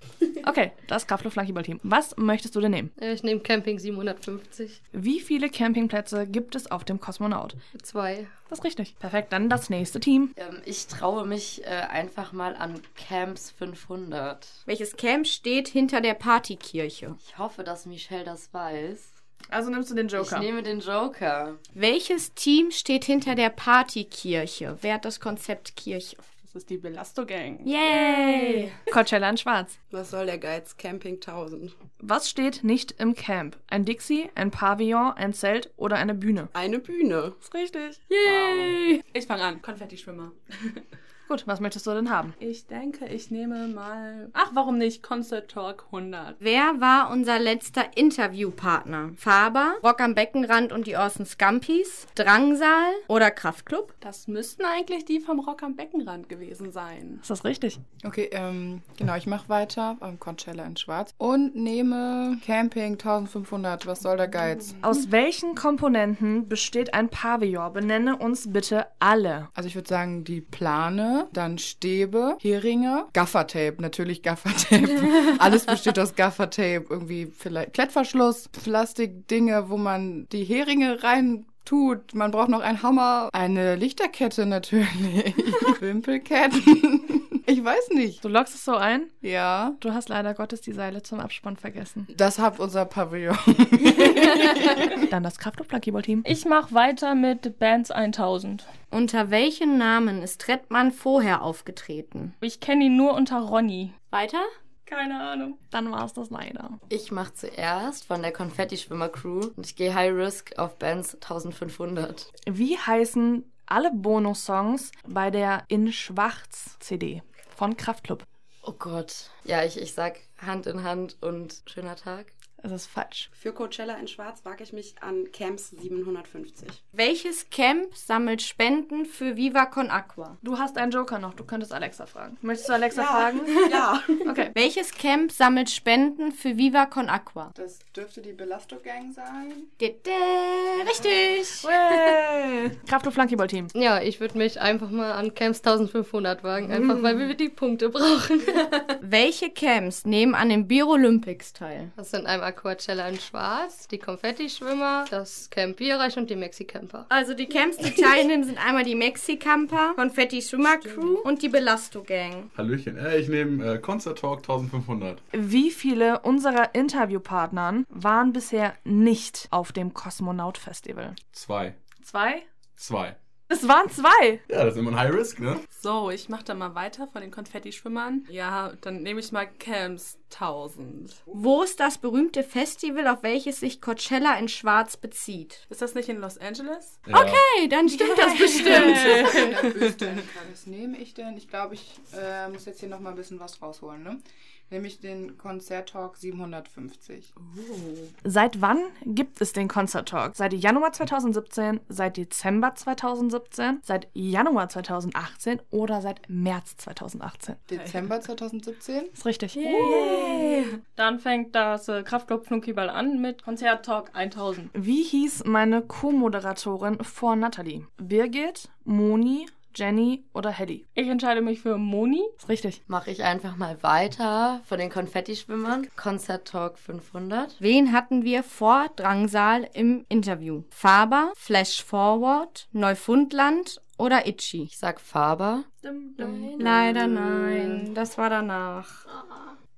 S1: Okay, das Kraft- und Flankeball-Team. Was möchtest du denn nehmen?
S12: Äh, Ich nehme Camping 750.
S1: Wie viele Campingplätze gibt es auf dem Kosmonaut?
S12: Zwei.
S1: Das ist richtig. Perfekt, dann das nächste Team.
S4: Ähm, ich traue mich äh, einfach mal an Camps 500.
S2: Welches Camp steht hinter der Partykirche?
S4: Ich hoffe, dass Michelle das weiß.
S1: Also nimmst du den Joker.
S4: Ich nehme den Joker.
S2: Welches Team steht hinter der Partykirche? Wer hat das Konzept Kirche?
S9: Das ist die Belasto Gang.
S2: Yay!
S1: Coachella in Schwarz.
S10: Was soll der Geiz? Camping 1000.
S1: Was steht nicht im Camp? Ein Dixie, ein Pavillon, ein Zelt oder eine Bühne?
S10: Eine Bühne.
S9: Ist richtig.
S1: Yay!
S9: Ich fange an. Konfetti-Schwimmer.
S1: Gut, was möchtest du denn haben?
S9: Ich denke, ich nehme mal. Ach, warum nicht? Concert Talk 100.
S2: Wer war unser letzter Interviewpartner? Faber, Rock am Beckenrand und die Orson Scumpies, Drangsal oder Kraftclub?
S9: Das müssten eigentlich die vom Rock am Beckenrand gewesen sein.
S1: Ist das richtig?
S8: Okay, ähm, genau, ich mache weiter beim Conchella in Schwarz und nehme Camping 1500. Was soll der Geiz?
S1: Aus welchen Komponenten besteht ein Pavillon? Benenne uns bitte alle.
S8: Also ich würde sagen, die Plane, dann Stäbe, Heringe, Gaffertape, natürlich Gaffertape. Alles besteht aus Gaffertape, irgendwie vielleicht Klettverschluss, Plastikdinge, wo man die Heringe rein tut. Man braucht noch einen Hammer, eine Lichterkette natürlich, Wimpelketten. Ich weiß nicht.
S1: Du lockst es so ein.
S8: Ja,
S1: Du hast leider Gottes die Seile zum Abspann vergessen.
S8: das hat unser Pavillon.
S1: Dann das Kraft- und Team.
S7: Ich mache weiter mit Bands 1000.
S2: Unter welchen Namen ist Trettmann vorher aufgetreten?
S7: Ich kenne ihn nur unter Ronny.
S2: Weiter?
S7: Keine Ahnung.
S1: Dann war es das leider.
S4: Ich mache zuerst von der Konfetti-Schwimmer-Crew und ich gehe High Risk auf Bands 1500.
S1: Wie heißen alle Bonussongs bei der In Schwarz CD von Kraftclub?
S4: Oh Gott. Ja, ich, ich sag Hand in Hand und schöner Tag.
S1: Das ist falsch.
S10: Für Coachella in Schwarz wage ich mich an Camps 750.
S2: Welches Camp sammelt Spenden für Viva Con Aqua?
S1: Du hast einen Joker noch. Du könntest Alexa fragen. Möchtest du Alexa fragen?
S10: Ja.
S1: Okay.
S2: Welches Camp sammelt Spenden für Viva Con Aqua?
S8: Das dürfte die Belasto Gang sein.
S2: Dede, richtig.
S1: Kraft- und Flankeball-Team.
S12: Ja, ich würde mich einfach mal an Camps 1500 wagen, einfach weil wir die Punkte brauchen.
S2: Welche Camps nehmen an den Bier Olympics teil?
S12: Das sind einmal Coachella in Schwarz, die Konfetti-Schwimmer, das Camp Bierreich und die Mexi-Camper.
S2: Also die Camps, die teilnehmen, sind einmal die Mexicamper, Konfetti Schwimmer Crew und die Belasto Gang.
S3: Hallöchen. Äh, ich nehme äh, Concert Talk 1500.
S1: Wie viele unserer Interviewpartnern waren bisher nicht auf dem Kosmonaut-Festival?
S3: Zwei.
S1: Zwei?
S3: Zwei.
S1: Es waren zwei.
S3: Ja, das ist immer ein High Risk, ne?
S9: So, ich mache dann mal weiter von den Konfetti-Schwimmern. Ja, dann nehme ich mal Camps 1000.
S2: Wo ist das berühmte Festival, auf welches sich Coachella in Schwarz bezieht?
S9: Ist das nicht in Los Angeles?
S3: Ja. Okay.
S2: Hey, dann stimmt das bestimmt.
S8: Was nehme ich denn? Ich glaube, ich äh, muss jetzt hier noch mal ein bisschen was rausholen, ne? Nämlich den Konzert Talk 750.
S1: Seit wann gibt es den Concert Talk? Seit Januar 2017, seit Dezember 2017, seit Januar 2018 oder seit März 2018?
S8: Dezember 2017.
S1: Ist richtig.
S7: Dann fängt das äh, Kraftclub Flunkyball an mit Konzert Talk 1000.
S1: Wie hieß meine Co-Moderatorin vor Natalie? Birgit, Moni, Jenny oder Hedy?
S7: Ich entscheide mich für Moni.
S1: Ist richtig.
S4: Mache ich einfach mal weiter von den Konfetti-Schwimmern. Concert Talk 500.
S2: Wen hatten wir vor Drangsal im Interview? Faber, Flash Forward, Neufundland oder Itchy?
S4: Ich sag Faber.
S2: Leider nein, das war danach.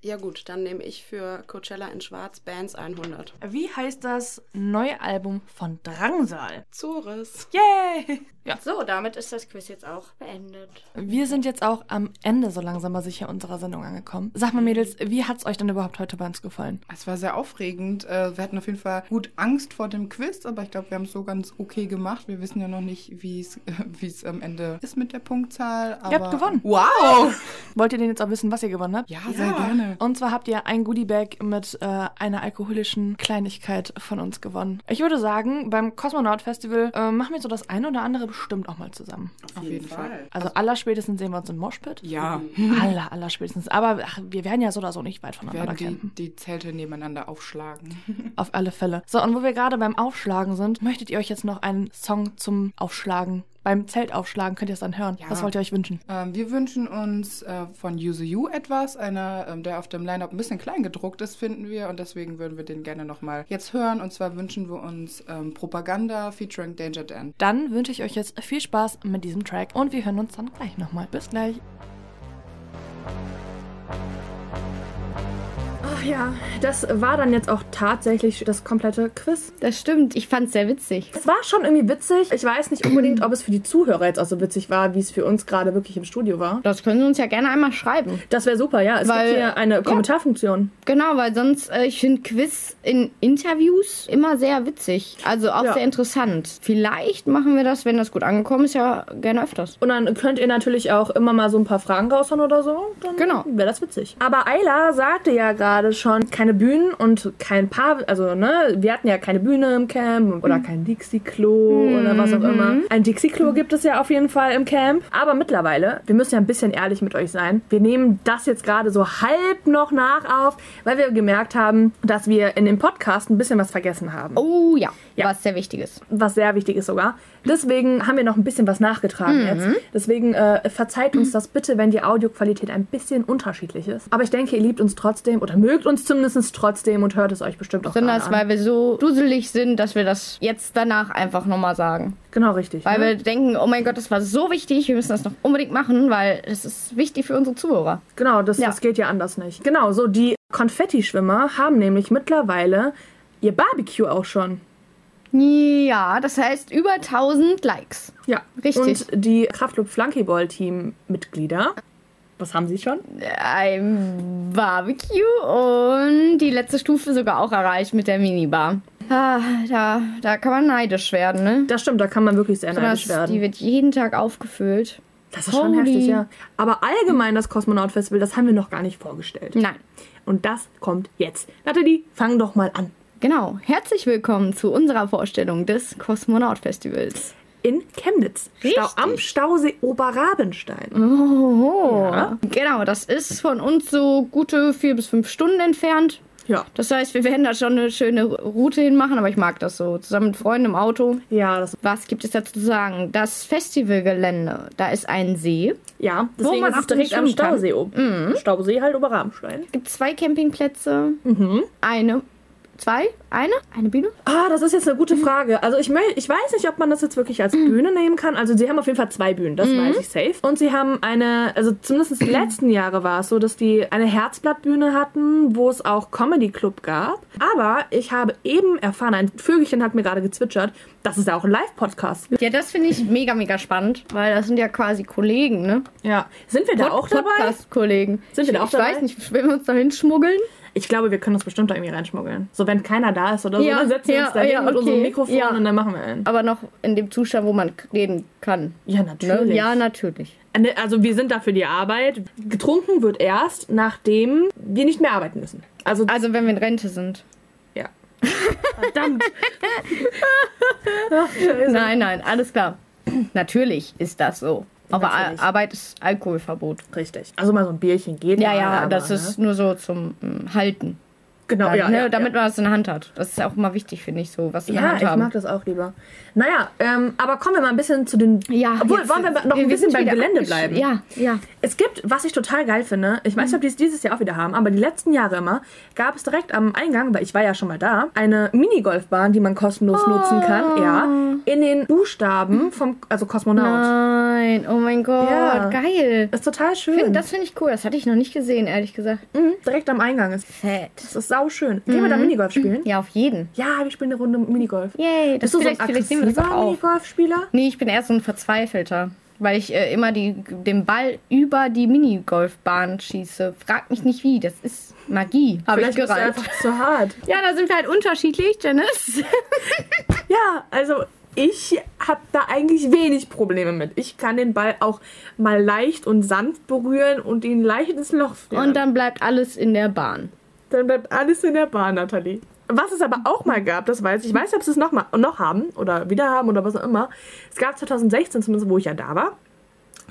S10: Ja gut, dann nehme ich für Coachella in Schwarz Bands 100.
S1: Wie heißt das neue Album von Drangsal?
S10: Zores.
S1: Yay! Ja.
S2: So, damit ist das Quiz jetzt auch beendet.
S1: Wir sind jetzt auch am Ende so langsam mal sicher unserer Sendung angekommen. Sag mal, Mädels, wie hat's euch denn überhaupt heute bei uns gefallen?
S8: Es war sehr aufregend. Äh, Wir hatten auf jeden Fall gut Angst vor dem Quiz, aber ich glaube, wir haben es so ganz okay gemacht. Wir wissen ja noch nicht, wie es wie es am Ende ist mit der Punktzahl. Aber
S1: Ihr habt gewonnen.
S8: Wow!
S1: Wollt ihr denn jetzt auch wissen, was ihr gewonnen habt?
S8: Ja, sehr gerne.
S1: Und zwar habt ihr ein Goodiebag mit äh, einer alkoholischen Kleinigkeit von uns gewonnen. Ich würde sagen, beim Cosmonaut Festival äh, machen wir so das eine oder andere bestimmt auch mal zusammen.
S8: Auf jeden Fall.
S1: Also allerspätestens sehen wir uns in Moshpit.
S8: Ja,
S1: Aller, allerspätestens. Aber ach, wir werden ja so oder so nicht weit
S8: wir
S1: voneinander
S8: werden die,
S1: campen.
S8: die Zelte nebeneinander aufschlagen.
S1: Auf alle Fälle. So, und wo wir gerade beim Aufschlagen sind, möchtet ihr euch jetzt noch einen Song zum Aufschlagen beim Zeltaufschlagen könnt ihr es dann hören. Was wollt ihr euch wünschen?
S8: Ähm, wir wünschen uns äh, von Yuzu You etwas, einer, ähm, der auf dem Line-Up ein bisschen klein gedruckt ist, finden wir. Und deswegen würden wir den gerne nochmal jetzt hören. Und zwar wünschen wir uns ähm, Propaganda featuring Danger Dan.
S1: Dann wünsche ich euch jetzt viel Spaß mit diesem Track und wir hören uns dann gleich nochmal. Bis gleich.
S5: Ach ja, das war dann jetzt auch tatsächlich das komplette Quiz. Das stimmt, ich fand's sehr witzig.
S6: Es war schon irgendwie witzig. Ich weiß nicht unbedingt, ob es für die Zuhörer jetzt auch so witzig war, wie es für uns gerade wirklich im Studio war.
S5: Das können Sie uns ja gerne einmal schreiben.
S6: Das wäre super, ja. Es
S5: Weil-
S6: gibt hier eine
S5: ja.
S6: Kommentarfunktion.
S5: Genau, weil sonst, äh, ich finde Quiz in Interviews immer sehr witzig. Also auch sehr interessant. Vielleicht machen wir das, wenn das gut angekommen ist, ja gerne öfters.
S6: Und dann könnt ihr natürlich auch immer mal so ein paar Fragen raushauen oder so. Dann genau. Wäre das witzig. Aber Ayla sagte ja gerade schon, keine Bühnen und kein Paar. Also, ne, wir hatten ja keine Bühne im Camp oder kein Dixie-Klo oder was auch
S11: Mhm.
S6: immer. Ein Dixie-Klo gibt es ja auf jeden Fall im Camp. Aber mittlerweile, wir müssen ja ein bisschen ehrlich mit euch sein. Wir nehmen das jetzt gerade so halb noch nach auf, weil wir gemerkt haben, dass wir in dem Podcast ein bisschen was vergessen haben.
S5: Oh ja,
S6: was
S5: sehr wichtig ist.
S6: Was sehr wichtig ist sogar. Deswegen haben wir noch ein bisschen was nachgetragen
S5: Mhm.
S6: jetzt. Deswegen äh, verzeiht uns das bitte, wenn die Audioqualität ein bisschen unterschiedlich ist. Aber ich denke, ihr liebt uns trotzdem oder mögt uns zumindest trotzdem und hört es euch bestimmt auch
S5: Sind
S6: gerade
S5: das,
S6: an.
S5: weil wir so duselig sind, dass wir das jetzt danach einfach nochmal sagen.
S6: Genau, richtig.
S5: Weil
S6: ne?
S5: wir denken, oh mein Gott, das war so wichtig, wir müssen das noch unbedingt machen, weil es ist wichtig für unsere Zuhörer.
S6: Genau, das, das geht ja anders nicht. Genau, so die Konfettischwimmer haben nämlich mittlerweile ihr Barbecue auch schon.
S5: Ja, das heißt über 1000 Likes.
S6: Ja,
S5: richtig.
S6: Und die Kraftclub Flunkyball Team Mitglieder, was haben sie schon?
S5: Ein Barbecue und die letzte Stufe sogar auch erreicht mit der Minibar. Ah, da, da kann man neidisch werden, ne?
S6: Das stimmt, da kann man wirklich sehr neidisch werden.
S5: Die wird jeden Tag aufgefüllt.
S6: Das ist schon heftig, ja. Aber allgemein das Kosmonaut Festival, das haben wir noch gar nicht vorgestellt.
S5: Nein.
S6: Und das kommt jetzt. Nathalie, fang doch mal an.
S5: Genau, herzlich willkommen zu unserer Vorstellung des Kosmonaut-Festivals.
S6: In Chemnitz, Stau, am Stausee Oberrabenstein.
S5: Oh,
S6: Ja.
S5: genau, das ist von uns so gute vier bis fünf Stunden entfernt.
S6: Ja.
S5: Das heißt, wir werden da schon eine schöne Route hinmachen, aber ich mag das so. Zusammen mit Freunden im Auto.
S6: Ja, das
S5: Was gibt es dazu zu sagen? Das Festivalgelände, da ist ein See.
S6: Ja, Deswegen ist es direkt am Stausee oben. Stausee halt Oberrabenstein.
S5: Es gibt zwei Campingplätze.
S6: Mhm.
S5: Eine, zwei, eine, eine Bühne.
S6: Ah, das ist jetzt eine
S5: Mhm.
S6: gute Frage. Also ich, mö- ich weiß nicht, ob man das jetzt wirklich als Bühne nehmen kann. Also sie haben auf jeden Fall zwei Bühnen, das
S5: Mhm.
S6: weiß ich safe. Und sie haben eine, also zumindest die letzten Jahre war es so, dass die eine Herzblattbühne hatten, wo es auch Comedy Club gab. Aber ich habe eben erfahren, ein Vögelchen hat mir gerade gezwitschert, dass es da auch einen Live-Podcast gibt.
S5: Ja, das finde ich mega, mega spannend, weil das sind ja quasi Kollegen, ne?
S6: Ja. Sind wir da auch dabei?
S5: Podcast-Kollegen.
S6: Sind wir da auch
S5: ich,
S6: dabei?
S5: Ich weiß nicht, wenn wir uns da hinschmuggeln.
S6: Ich glaube, wir können uns bestimmt da irgendwie reinschmuggeln. So, wenn keiner da ist oder so,
S5: Ja,
S6: dann setzen wir
S5: ja,
S6: uns da hin
S5: ja,
S6: mit unserem
S5: okay.
S6: Mikrofon
S5: Ja.
S6: und dann machen wir einen.
S5: Aber noch in dem Zustand, wo man k- reden kann.
S6: Ja, natürlich.
S5: Ne? Ja, natürlich.
S6: Ne, Also wir sind da für die Arbeit. Getrunken wird erst, nachdem wir nicht mehr arbeiten müssen. Also,
S5: also wenn wir in Rente sind.
S6: Ja. Verdammt.
S5: nein, nein, alles klar. Natürlich ist das so. Aber Ar- Arbeit ist Alkoholverbot.
S6: Richtig. Also mal so ein Bierchen geht.
S5: Ja,
S6: mal,
S5: ja,
S6: aber,
S5: das
S6: ne?
S5: ist nur so zum mm, Halten.
S6: Genau,
S5: Dann,
S6: ja,
S5: ne,
S6: ja,
S5: Damit man das in der Hand hat. Das ist auch immer wichtig, finde ich, so was in der
S6: Ja,
S5: Hand
S6: ich
S5: haben.
S6: mag das auch lieber. Naja, ähm, aber kommen wir mal ein bisschen zu den.
S5: Ja,
S6: obwohl,
S5: jetzt-
S6: wollen wir noch ein
S5: wir
S6: bisschen
S5: sind
S6: beim
S5: wieder
S6: Gelände
S5: abgeschw-
S6: bleiben?
S5: Ja, ja.
S6: Es gibt, was ich total geil finde, ich weiß nicht, ob die es dieses Jahr auch wieder haben, aber die letzten Jahre immer, gab es direkt am Eingang, weil ich war ja schon mal da, eine Minigolfbahn, die man kostenlos nutzen
S5: Ah.
S6: kann, ja, in den Buchstaben vom, also Kosmonaut.
S5: Nein, oh mein Gott,
S6: Ja.
S5: geil.
S6: Ist total schön.
S5: Find, das finde ich cool, das hatte ich noch nicht gesehen, ehrlich gesagt.
S6: Mhm, direkt am Eingang ist.
S5: Fett. Das
S6: ist sau schön. Gehen
S5: Mhm.
S6: wir da Minigolf spielen?
S5: Ja, auf jeden.
S6: Ja, wir spielen eine Runde Minigolf.
S5: Yay, das
S6: Bist du so ein
S5: vielleicht, vielleicht sehen wir das auch
S6: aggressiver
S5: auf.
S6: Minigolfspieler?
S5: Nee, ich bin erst so ein Verzweifelter, weil ich äh, immer die, den Ball über die Minigolfbahn schieße. Frag mich nicht wie, das ist Magie. Habe ich
S6: Vielleicht bist du
S5: gerallt.
S6: einfach zu hart.
S5: Ja, da sind wir halt unterschiedlich, Janice.
S6: Ja, also ich habe da eigentlich wenig Probleme mit. Ich kann den Ball auch mal leicht und sanft berühren und ihn leicht ins Loch führen.
S5: Und dann bleibt alles in der Bahn.
S6: Dann bleibt alles in der Bahn, Nathalie. Was es aber auch mal gab, das weiß ich. Ich weiß nicht, ob sie es noch, mal, noch haben oder wieder haben oder was auch immer. Es gab 2016, zumindest wo ich ja da war,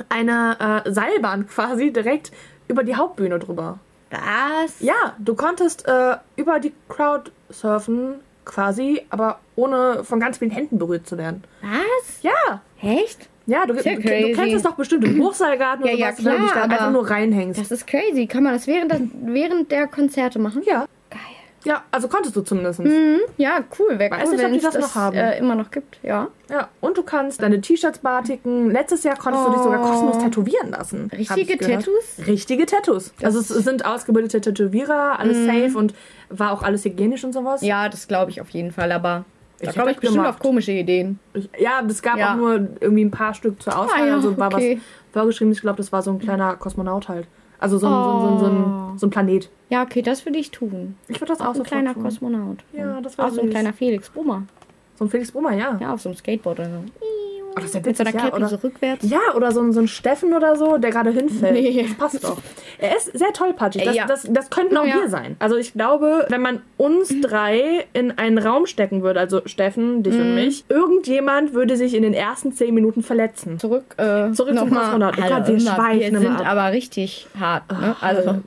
S6: eine äh, Seilbahn quasi direkt über die Hauptbühne drüber.
S5: Was?
S6: Ja, du konntest äh, über die Crowd surfen quasi, aber ohne von ganz vielen Händen berührt zu werden.
S5: Was?
S6: Ja.
S5: Echt?
S6: Ja, du,
S5: Ist ja
S6: du, du
S5: crazy.
S6: kennst es doch bestimmt im Hochseilgarten
S5: Ja,
S6: oder
S5: ja,
S6: was, wenn du
S5: klar,
S6: dich da
S5: aber-
S6: einfach nur reinhängst.
S5: Das ist crazy. Kann man das während, das während der Konzerte machen?
S6: Ja. Ja, also konntest du zumindest.
S5: Mhm. Ja, cool. Wäre
S6: Weiß
S5: cool,
S6: nicht, ob
S5: wenn
S6: die
S5: es
S6: das
S5: das,
S6: noch haben.
S5: Äh, immer noch gibt. Ja.
S6: Ja, und du kannst deine T-Shirts batiken. Letztes Jahr konntest du dich sogar
S5: Oh.
S6: kostenlos tätowieren lassen. hab ich
S5: Richtige
S6: gehört.
S5: Tattoos?
S6: Richtige Tattoos. also es sind ausgebildete Tätowierer, alles
S5: Mhm.
S6: safe und war auch alles hygienisch und sowas.
S5: Ja, das glaube ich auf jeden Fall. Aber
S6: Ich
S5: ich
S6: hätt
S5: da komme
S6: das
S5: ich bestimmt
S6: gemacht.
S5: auf komische Ideen.
S6: Ich, ja, es gab
S5: Ja.
S6: auch nur irgendwie ein paar Stück zur Auswahl.
S5: Ah ja,
S6: also war
S5: okay.
S6: was vorgeschrieben. Ich glaube, das war so ein kleiner Kosmonaut halt. Also so ein, so ein, so ein, so ein, so ein Planet.
S5: Ja, okay, das würde Oh. ich tun.
S6: Ich würde das auch
S5: Auch ein
S6: sofort
S5: kleiner
S6: tun.
S5: Kosmonaut.
S6: Ja, das wär
S5: war Auch so ein
S6: süß.
S5: kleiner Felix Brummer.
S6: So ein Felix Brummer, ja.
S5: Ja, auf so einem Skateboard oder so.
S6: Oh, das ist ja
S5: Mit so einer
S6: witzig, ja,
S5: Kette
S6: oder-
S5: so rückwärts.
S6: Ja, oder so ein, so ein Steffen oder so, der gerade hinfällt.
S5: Nee.
S6: Das passt doch. Er ist sehr tollpatschig. Das,
S5: Ja.
S6: das, das könnten auch
S5: Ja.
S6: wir sein. Also ich glaube, wenn man uns drei in einen Raum stecken würde, also Steffen, dich und
S5: Mhm.
S6: mich, irgendjemand würde sich in den ersten zehn Minuten verletzen.
S5: Zurück, äh,
S6: Zurück zum
S5: nochmal.
S6: Kosmonaut. Oh
S5: Hallo,
S6: Gott, wir
S5: immer.
S6: schweifen
S5: Wir
S6: immer
S5: sind
S6: ab.
S5: aber richtig hart. Ne?
S6: Ach,
S5: Also
S6: Hallo.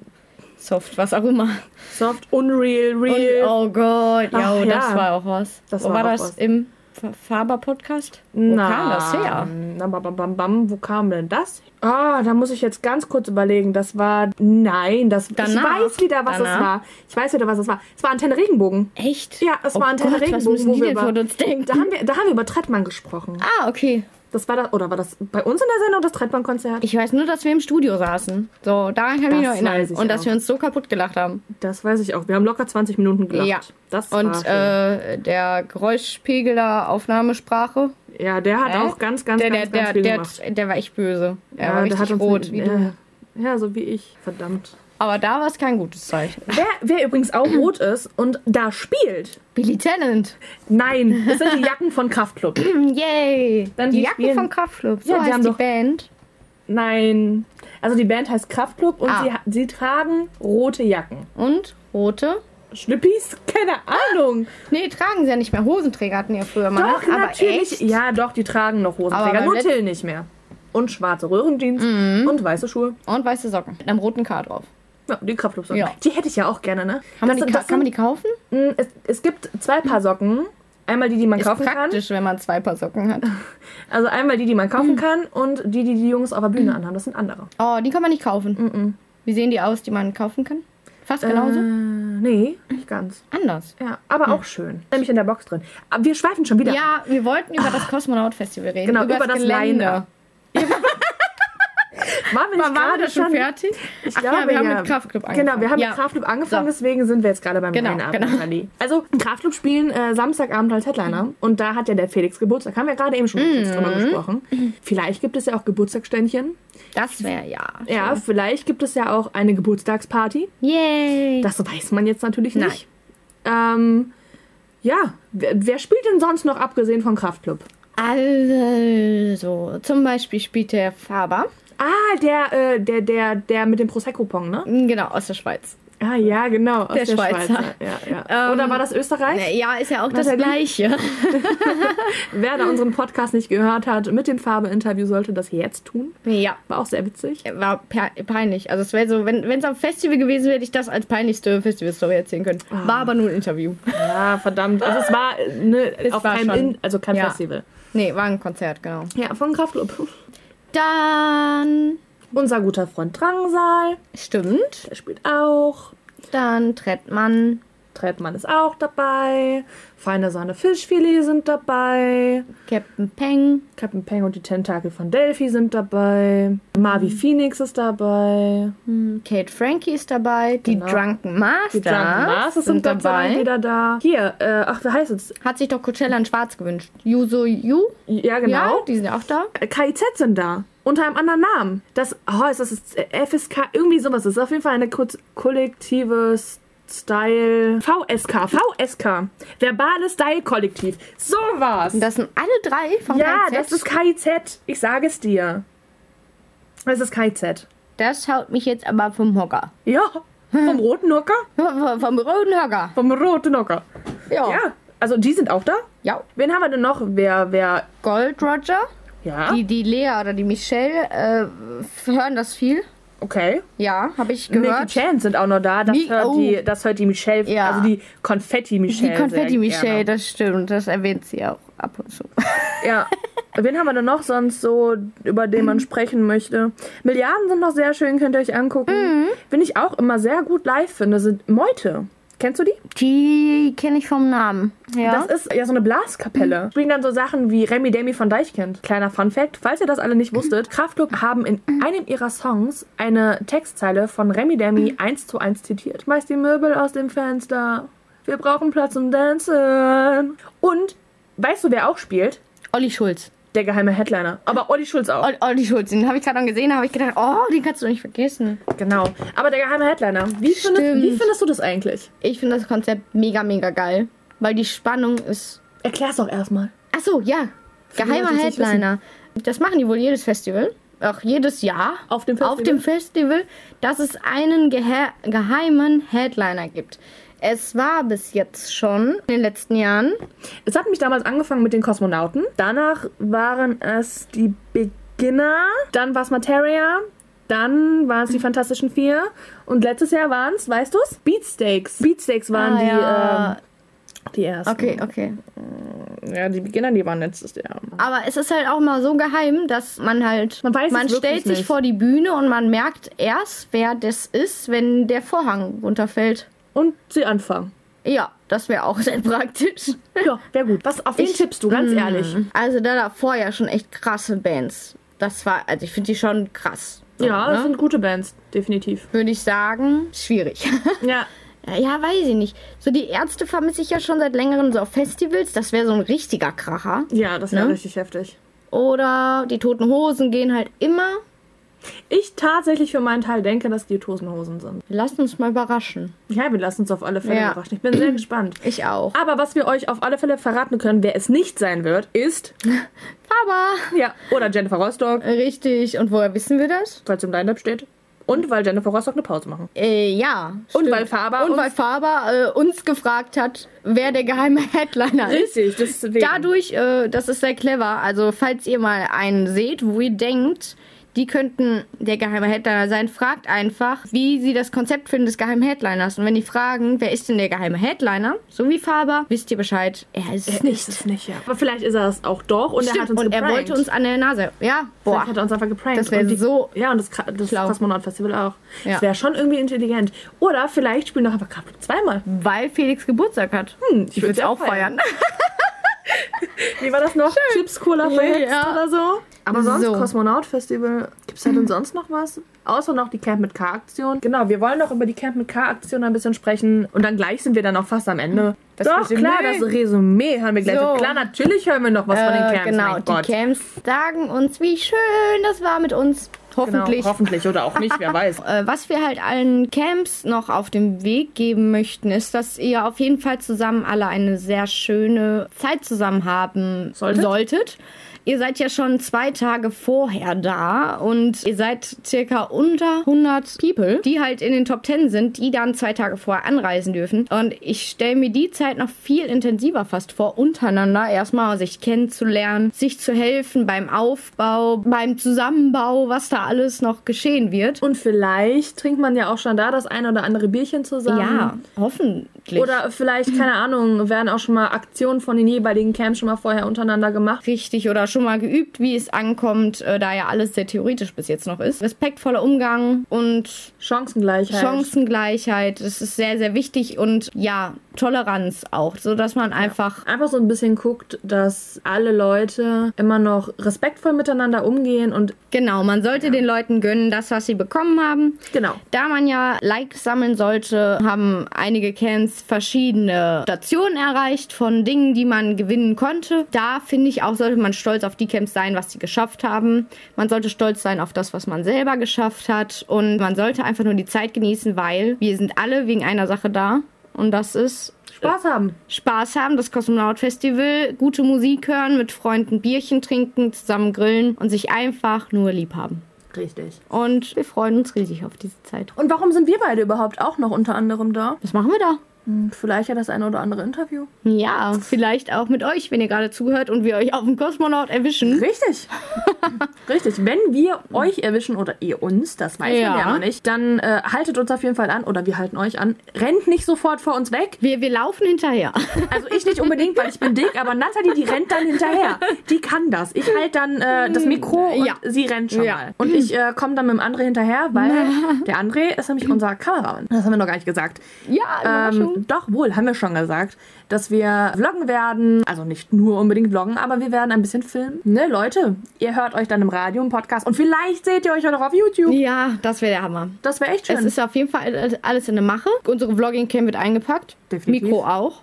S5: soft, was auch immer.
S6: Soft, unreal, real.
S5: Und, oh Gott, ja,
S6: Ach,
S5: oh, das
S6: ja.
S5: war auch was.
S6: Das
S5: Wo
S6: war
S5: war,
S6: auch
S5: das
S6: was.
S5: im Fa- Faber-Podcast? Wo
S6: Na,
S5: kam das her?
S6: Na, bam, bam, bam, bam, wo kam denn das? Ah, da muss ich jetzt ganz kurz überlegen. Das war. Nein, das. ich
S5: Danach?
S6: weiß wieder, was es
S5: Danach?
S6: war. Ich weiß wieder, was es war. Es war Antenne Regenbogen.
S5: Echt?
S6: Ja, es
S5: Oh
S6: war Antenne
S5: Gott, was
S6: Regenbogen.
S5: müssen
S6: wo
S5: die
S6: wir
S5: denn
S6: über-
S5: von uns denken?
S6: Da haben, wir, da haben wir über Trettmann gesprochen.
S5: Ah, okay.
S6: Das war das, oder war das bei uns in der Sendung das Trettmann-Konzert?
S5: Ich weiß nur, dass wir im Studio saßen. So, daran kann ich
S6: Das
S5: mich noch
S6: weiß
S5: erinnern.
S6: ich
S5: Und dass
S6: auch.
S5: wir uns so kaputt gelacht haben.
S6: Das weiß ich auch. Wir haben locker 20 Minuten gelacht.
S5: Ja.
S6: Das war
S5: Und
S6: schön.
S5: äh, der Geräuschpegel da, Aufnahmesprache.
S6: ja, der hat
S5: äh, Hä?
S6: auch ganz, ganz,
S5: der,
S6: ganz,
S5: der,
S6: ganz viel
S5: der,
S6: gemacht.
S5: der, der war echt böse. Der war
S6: der
S5: richtig
S6: uns
S5: rot.
S6: mit-
S5: wie
S6: ja.
S5: du.
S6: ja, so wie ich. Verdammt.
S5: Aber da war es kein gutes Zeichen.
S6: Wer, wer übrigens auch rot ist und da spielt.
S5: Billy Tennant.
S6: Nein, das sind die Jacken von Kraftklub.
S5: Yay.
S6: Dann
S5: die
S6: die
S5: Jacken
S6: spielen-
S5: von Kraftclub. So
S6: Ja, die
S5: heißt
S6: haben
S5: die
S6: doch-
S5: Band.
S6: Nein. Also die Band heißt Kraftklub und
S5: Ah.
S6: sie, ha- sie tragen rote Jacken.
S5: Und rote?
S6: Schnippis? Keine Ahnung.
S5: Nee, tragen sie ja nicht mehr. Hosenträger hatten ja früher mal.
S6: doch,
S5: ne? aber
S6: natürlich.
S5: Echt?
S6: Ja, doch, die tragen noch
S5: Aber
S6: Hosenträger.
S5: beim Mhm.
S6: Nur
S5: letzten-
S6: Till nicht mehr. Und schwarze Röhrenjeans und weiße Schuhe.
S5: Und weiße Socken. Mit einem roten K drauf.
S6: Ja, die Kraftklubsocken.
S5: Ja.
S6: Die hätte ich ja auch gerne, ne?
S5: Kann man,
S6: Das
S5: die,
S6: sind-
S5: ka
S6: das
S5: kann man die
S6: sind-
S5: kaufen?
S6: Mm, es, es gibt zwei Paar Socken. Einmal die, die man
S5: Ist
S6: kaufen kann.
S5: praktisch, Hm. wenn man zwei Paar Socken hat.
S6: Also einmal die, die man kaufen kann und die, die die Jungs auf der
S5: Hm.
S6: Bühne anhaben. Das sind andere.
S5: Oh, die kann man nicht kaufen. Wie sehen die aus, die man kaufen kann? Fast genauso?
S6: Äh, nee, nicht ganz.
S5: Anders.
S6: Ja, aber auch schön. Nämlich in der Box drin. Aber wir schweifen schon wieder.
S5: Ja, wir wollten über das Kosmonaut-Festival reden.
S6: Genau, über das
S5: Gelände.
S6: Liner. Waren wir nicht
S5: Waren wir
S6: gerade
S5: da schon fertig?
S6: Ich
S5: Ach ja,
S6: glaube,
S5: wir haben mit Kraftclub
S6: Genau, wir haben
S5: angefangen. Ja.
S6: mit Kraftclub angefangen,
S5: So.
S6: deswegen sind wir jetzt gerade beim
S5: Genau,
S6: Line-Up,
S5: genau. Mhm.
S6: Nathalie. Also, Kraftclub spielen äh, Samstagabend als Headliner. Und da hat ja der Felix Geburtstag. Haben wir gerade eben schon kurz drüber gesprochen. Vielleicht gibt es ja auch Geburtstagsständchen.
S5: Das wäre ja.
S6: Ja, vielleicht gibt es ja auch eine Geburtstagsparty.
S5: Yay.
S6: Das weiß man jetzt natürlich nicht. Ähm, ja, wer, wer spielt denn sonst noch, abgesehen von Kraftclub?
S5: Also, zum Beispiel spielt der Faber.
S6: Ah, der, äh, der, der, der mit dem Prosecco-Pong, ne?
S5: Genau, aus der Schweiz.
S6: Ah, ja, genau. Aus
S5: Der Schweizer.
S6: Ja, ja.
S5: Ähm,
S6: Oder war das Österreich?
S5: Na Äh, Ja, ist ja auch das
S6: Nathalie?
S5: Gleiche.
S6: Wer da unseren Podcast nicht gehört hat mit dem Farbe-Interview, sollte das jetzt tun.
S5: Ja,
S6: War auch sehr witzig.
S5: war pe- peinlich. Also, es wäre so, wenn es am Festival gewesen wäre, hätte ich das als peinlichste Festival-Story erzählen können. War aber nur ein Interview.
S6: Ja, verdammt. Also es war äh, ne,
S5: Es
S6: auf
S5: war
S6: keinem
S5: schon-
S6: In, also kein
S5: ja.
S6: Festival.
S5: Nee, war ein Konzert, genau.
S6: Ja, von Kraftclub.
S5: Dann.
S6: Unser guter Freund Drangsal,
S5: Stimmt.
S6: der spielt auch.
S5: Dann Trettmann.
S6: Tretmann ist auch dabei. Feine Sahne Fischfilet sind dabei.
S5: Captain Peng.
S6: Captain Peng und die Tentakel von Delphi sind dabei. Marvi Phoenix ist dabei.
S5: Hm, Kate Frankie ist dabei. Die
S6: Genau.
S5: Drunken Masters,
S6: Die Drunken Masters sind, Gott sei Dank wieder da. Hier, äh, ach, wie heißt es?
S5: Hat sich doch Coachella in Schwarz gewünscht. You So You?
S6: Ja, genau.
S5: Ja, die sind auch da.
S6: KIZ sind da. Unter einem anderen Namen. Das, oh, ist das ist FSK, irgendwie sowas. Das ist auf jeden Fall eine kurz kollektive Style. VSK, VSK. Verbales Style-Kollektiv. So war's.
S5: Und das sind alle drei vom
S6: ja,
S5: KZ.
S6: das ist KIZ. Ich sage es dir. Das ist KIZ.
S5: Das haut mich jetzt aber vom Hocker.
S6: Ja, vom roten Hocker.
S5: V- Vom roten Hocker.
S6: Vom roten Hocker.
S5: Ja.
S6: Ja, also die sind auch da.
S5: Ja.
S6: Wen haben wir denn noch? Wer, wer,
S5: Gold Roger.
S6: ja,
S5: Die, die Lea oder die Michelle äh, hören das viel.
S6: okay.
S5: Ja, habe ich
S6: Nicky
S5: gehört.
S6: Chance sind auch noch da. Das,
S5: Mi-
S6: hört,
S5: oh.
S6: die, das hört die Michelle,
S5: Ja.
S6: also die Konfetti-Michelle.
S5: die Konfetti
S6: sehr
S5: Michelle,
S6: gerne.
S5: das stimmt. Das erwähnt sie auch ab und zu.
S6: Ja. Wen haben wir denn noch sonst so, über den man sprechen möchte? Milliarden sind noch sehr schön, könnt ihr euch angucken.
S5: Mhm.
S6: Wen ich auch immer sehr gut live finde, sind Meute. Kennst du die?
S5: Die kenne ich vom Namen. Ja. Mhm.
S6: Das ist ja so eine Blaskapelle. Spielen dann so Sachen wie Remy Demi von Deichkind. Kleiner Fun Fact, falls ihr das alle nicht wusstet, Kraftklub haben in einem ihrer Songs eine Textzeile von Remy Demi
S5: Mhm.
S6: eins zu eins zitiert. Schmeiß die Möbel aus dem Fenster. Wir brauchen Platz zum Dancen. Und weißt du, wer auch spielt?
S5: Olli Schulz.
S6: Der geheime Headliner. Aber Olli Schulz auch.
S5: Oh, die Schulz, den habe ich gerade noch gesehen, habe ich gedacht, oh, den kannst du nicht vergessen.
S6: Genau. Aber der geheime Headliner. Wie findest,
S5: Stimmt.
S6: wie findest du das eigentlich?
S5: Ich finde das Konzept mega, mega geil, weil die Spannung ist.
S6: Erklär's doch erstmal.
S5: Ach so, ja.
S6: die
S5: Geheimer
S6: Leute, die es nicht
S5: Headliner. Das machen die wohl jedes Festival. Auch jedes Jahr.
S6: Auf dem Festival?
S5: Auf dem Festival, dass es einen gehe geheimen Headliner gibt. Es war bis jetzt schon in den letzten Jahren.
S6: Es hat mich damals angefangen mit den Kosmonauten. Danach waren es die Beginner, dann war es Materia, dann waren es die Fantastischen Vier und letztes Jahr waren es, weißt du es? Beatsteaks. Beatsteaks waren
S5: Ah,
S6: die,
S5: ja.
S6: ähm, die ersten.
S5: Okay, okay.
S6: Ja, die Beginner, die waren letztes Jahr.
S5: Aber es ist halt auch mal so geheim, dass man halt.
S6: Man weiß es
S5: Man
S6: wirklich
S5: stellt sich
S6: nicht.
S5: vor die Bühne und man merkt erst, wer das ist, wenn der Vorhang runterfällt.
S6: Und sie anfangen.
S5: Ja, das wäre auch sehr praktisch.
S6: Ja, wäre gut. Hm. Was, auf wen
S5: Ich-
S6: tippst du, ganz
S5: Mm.
S6: ehrlich?
S5: Also da davor ja schon echt krasse Bands. Das war, also ich finde die schon krass. So,
S6: Ja, das
S5: ne?
S6: sind gute Bands, definitiv.
S5: würde ich sagen, schwierig.
S6: Ja,
S5: ja, weiß ich nicht. So die Ärzte vermisse ich ja schon seit längerem so auf Festivals. Das wäre so ein richtiger Kracher.
S6: ja das wäre
S5: Ne?
S6: richtig heftig.
S5: Oder die Toten Hosen gehen halt immer.
S6: Ich tatsächlich für meinen Teil denke, dass die Tosenhosen sind.
S5: Lasst uns mal überraschen.
S6: Ja, wir lassen uns auf alle Fälle
S5: Ja.
S6: überraschen. Ich bin sehr gespannt.
S5: Ich auch.
S6: Aber was wir euch auf alle Fälle verraten können, wer es nicht sein wird, ist.
S5: Aber
S6: Ja. Oder Jennifer Rostock,
S5: richtig. Und woher wissen wir das?
S6: weil es im Line-Up steht. Und weil Jennifer Rostock eine Pause machen.
S5: Äh, ja.
S6: Und weil Faber.
S5: Und weil Faber äh, uns gefragt hat, wer der geheime Headliner ist.
S6: Richtig, deswegen.
S5: Dadurch, äh, das ist sehr clever. Also, falls ihr mal einen seht, wo ihr denkt, die könnten der geheime Headliner sein, fragt einfach, wie sie das Konzept finden des geheimen Headliners. Und wenn die fragen, wer ist denn der geheime Headliner, so wie Faber, wisst ihr Bescheid, er
S2: Äh,
S5: ist es nicht.
S6: Ist es nicht, ja. Aber vielleicht ist er es auch doch und er hat uns
S5: und er
S6: geprankt.
S5: wollte uns an der Nase. Ja,
S6: Boah.
S5: boah.
S6: Hat er uns einfach geprankt.
S5: Das wär
S6: Und die-
S5: so
S6: Ja, und das, Kra- das
S5: schlau.
S6: Kosmonaut-Festival auch.
S5: Ja.
S6: Das wäre schon irgendwie intelligent. Oder vielleicht spielen doch einfach Kraftklub zweimal.
S5: Weil Felix Geburtstag hat.
S6: Hm, ich
S5: Ich würde
S6: würd's
S5: es auch feiern.
S6: Wie war das noch? Chips, Cola, verhext
S5: Ja.
S6: oder so? Aber sonst,
S5: So.
S6: Kosmonaut-Festival, gibt es da denn sonst noch was? Außer noch die Camp mit K-Aktion. Genau, wir wollen noch über die Camp mit K-Aktion ein bisschen sprechen. Und dann gleich sind wir dann auch fast am Ende.
S5: Das
S6: Doch,
S5: Resümee.
S6: klar, das Resümee hören wir gleich.
S5: So.
S6: Klar, natürlich hören wir noch was von den
S5: Äh,
S6: Camps.
S5: genau,
S6: mein
S5: die
S6: Gott.
S5: Camps sagen uns, wie schön das war mit uns. Hoffentlich.
S6: Genau, hoffentlich oder auch nicht, wer weiß.
S5: Äh, was wir halt allen Camps noch auf den Weg geben möchten, ist, dass ihr auf jeden Fall zusammen alle eine sehr schöne Zeit zusammen haben
S6: Solltet?
S5: solltet. Ihr seid ja schon zwei Tage vorher da und ihr seid circa unter 100 People, die halt in den Top 10 sind, die dann zwei Tage vorher anreisen dürfen. Und ich stelle mir die Zeit noch viel intensiver fast vor, untereinander erstmal sich kennenzulernen, sich zu helfen beim Aufbau, beim Zusammenbau, was da alles noch geschehen wird.
S6: Und vielleicht trinkt man ja auch schon da das ein oder andere Bierchen zusammen.
S5: Ja, hoffentlich.
S6: Oder vielleicht, keine Ahnung, werden auch schon mal Aktionen von den jeweiligen Camps schon mal vorher untereinander gemacht.
S5: richtig oder schon mal geübt, wie es ankommt, äh, da ja alles sehr theoretisch bis jetzt noch ist. Respektvoller Umgang und
S6: Chancengleichheit.
S5: Chancengleichheit, das ist sehr, sehr wichtig und ja, Toleranz auch, so dass man einfach
S6: Einfach so ein bisschen guckt, dass alle Leute immer noch respektvoll miteinander umgehen und
S5: genau, man sollte den Leuten gönnen, das, was sie bekommen haben.
S6: genau.
S5: Da man ja Likes sammeln sollte, haben einige Cans verschiedene Stationen erreicht von Dingen, die man gewinnen konnte. Da finde ich auch, sollte man stolz auf die Camps sein, was sie geschafft haben. Man sollte stolz sein auf das, was man selber geschafft hat. Und man sollte einfach nur die Zeit genießen, weil wir sind alle wegen einer Sache da. Und das ist
S6: Spaß haben.
S5: Spaß haben, das Kosmonaut-Festival, gute Musik hören, mit Freunden Bierchen trinken, zusammen grillen und sich einfach nur lieb haben.
S6: Richtig.
S5: Und wir freuen uns riesig auf diese Zeit.
S6: Und warum sind wir beide überhaupt auch noch unter anderem da?
S5: Was machen wir da?
S6: Hm, Vielleicht ja das eine oder andere Interview.
S5: Ja, vielleicht auch mit euch, wenn ihr gerade zuhört und wir euch auf dem Kosmonaut erwischen.
S6: Richtig. Richtig, wenn wir euch erwischen oder ihr uns, das weiß
S5: Ja.
S6: man ja noch nicht, dann äh, haltet uns auf jeden Fall an oder wir halten euch an. Rennt nicht sofort vor uns weg.
S5: Wir, wir laufen hinterher.
S6: Also ich nicht unbedingt, weil ich bin dick, aber Nathalie, die rennt dann hinterher. Die kann das. Ich halte dann äh, das Mikro und
S5: Ja.
S6: sie rennt schon
S5: Ja.
S6: mal. Und ich äh, komme dann mit dem André hinterher, weil der André ist nämlich unser Kameramann. Das haben wir noch gar nicht gesagt.
S5: Ja, Überraschung.
S6: Ähm, doch wohl, haben wir schon gesagt, dass wir vloggen werden. Also nicht nur unbedingt vloggen, aber wir werden ein bisschen filmen. Ne, Leute, ihr hört euch dann im Radio, im Podcast und vielleicht seht ihr euch auch noch auf YouTube.
S5: Ja, das wäre der Hammer.
S6: Das wäre echt schön.
S5: Es ist auf jeden Fall alles in der Mache. Unsere Vlogging-Cam wird eingepackt.
S6: Definitiv.
S5: Mikro auch.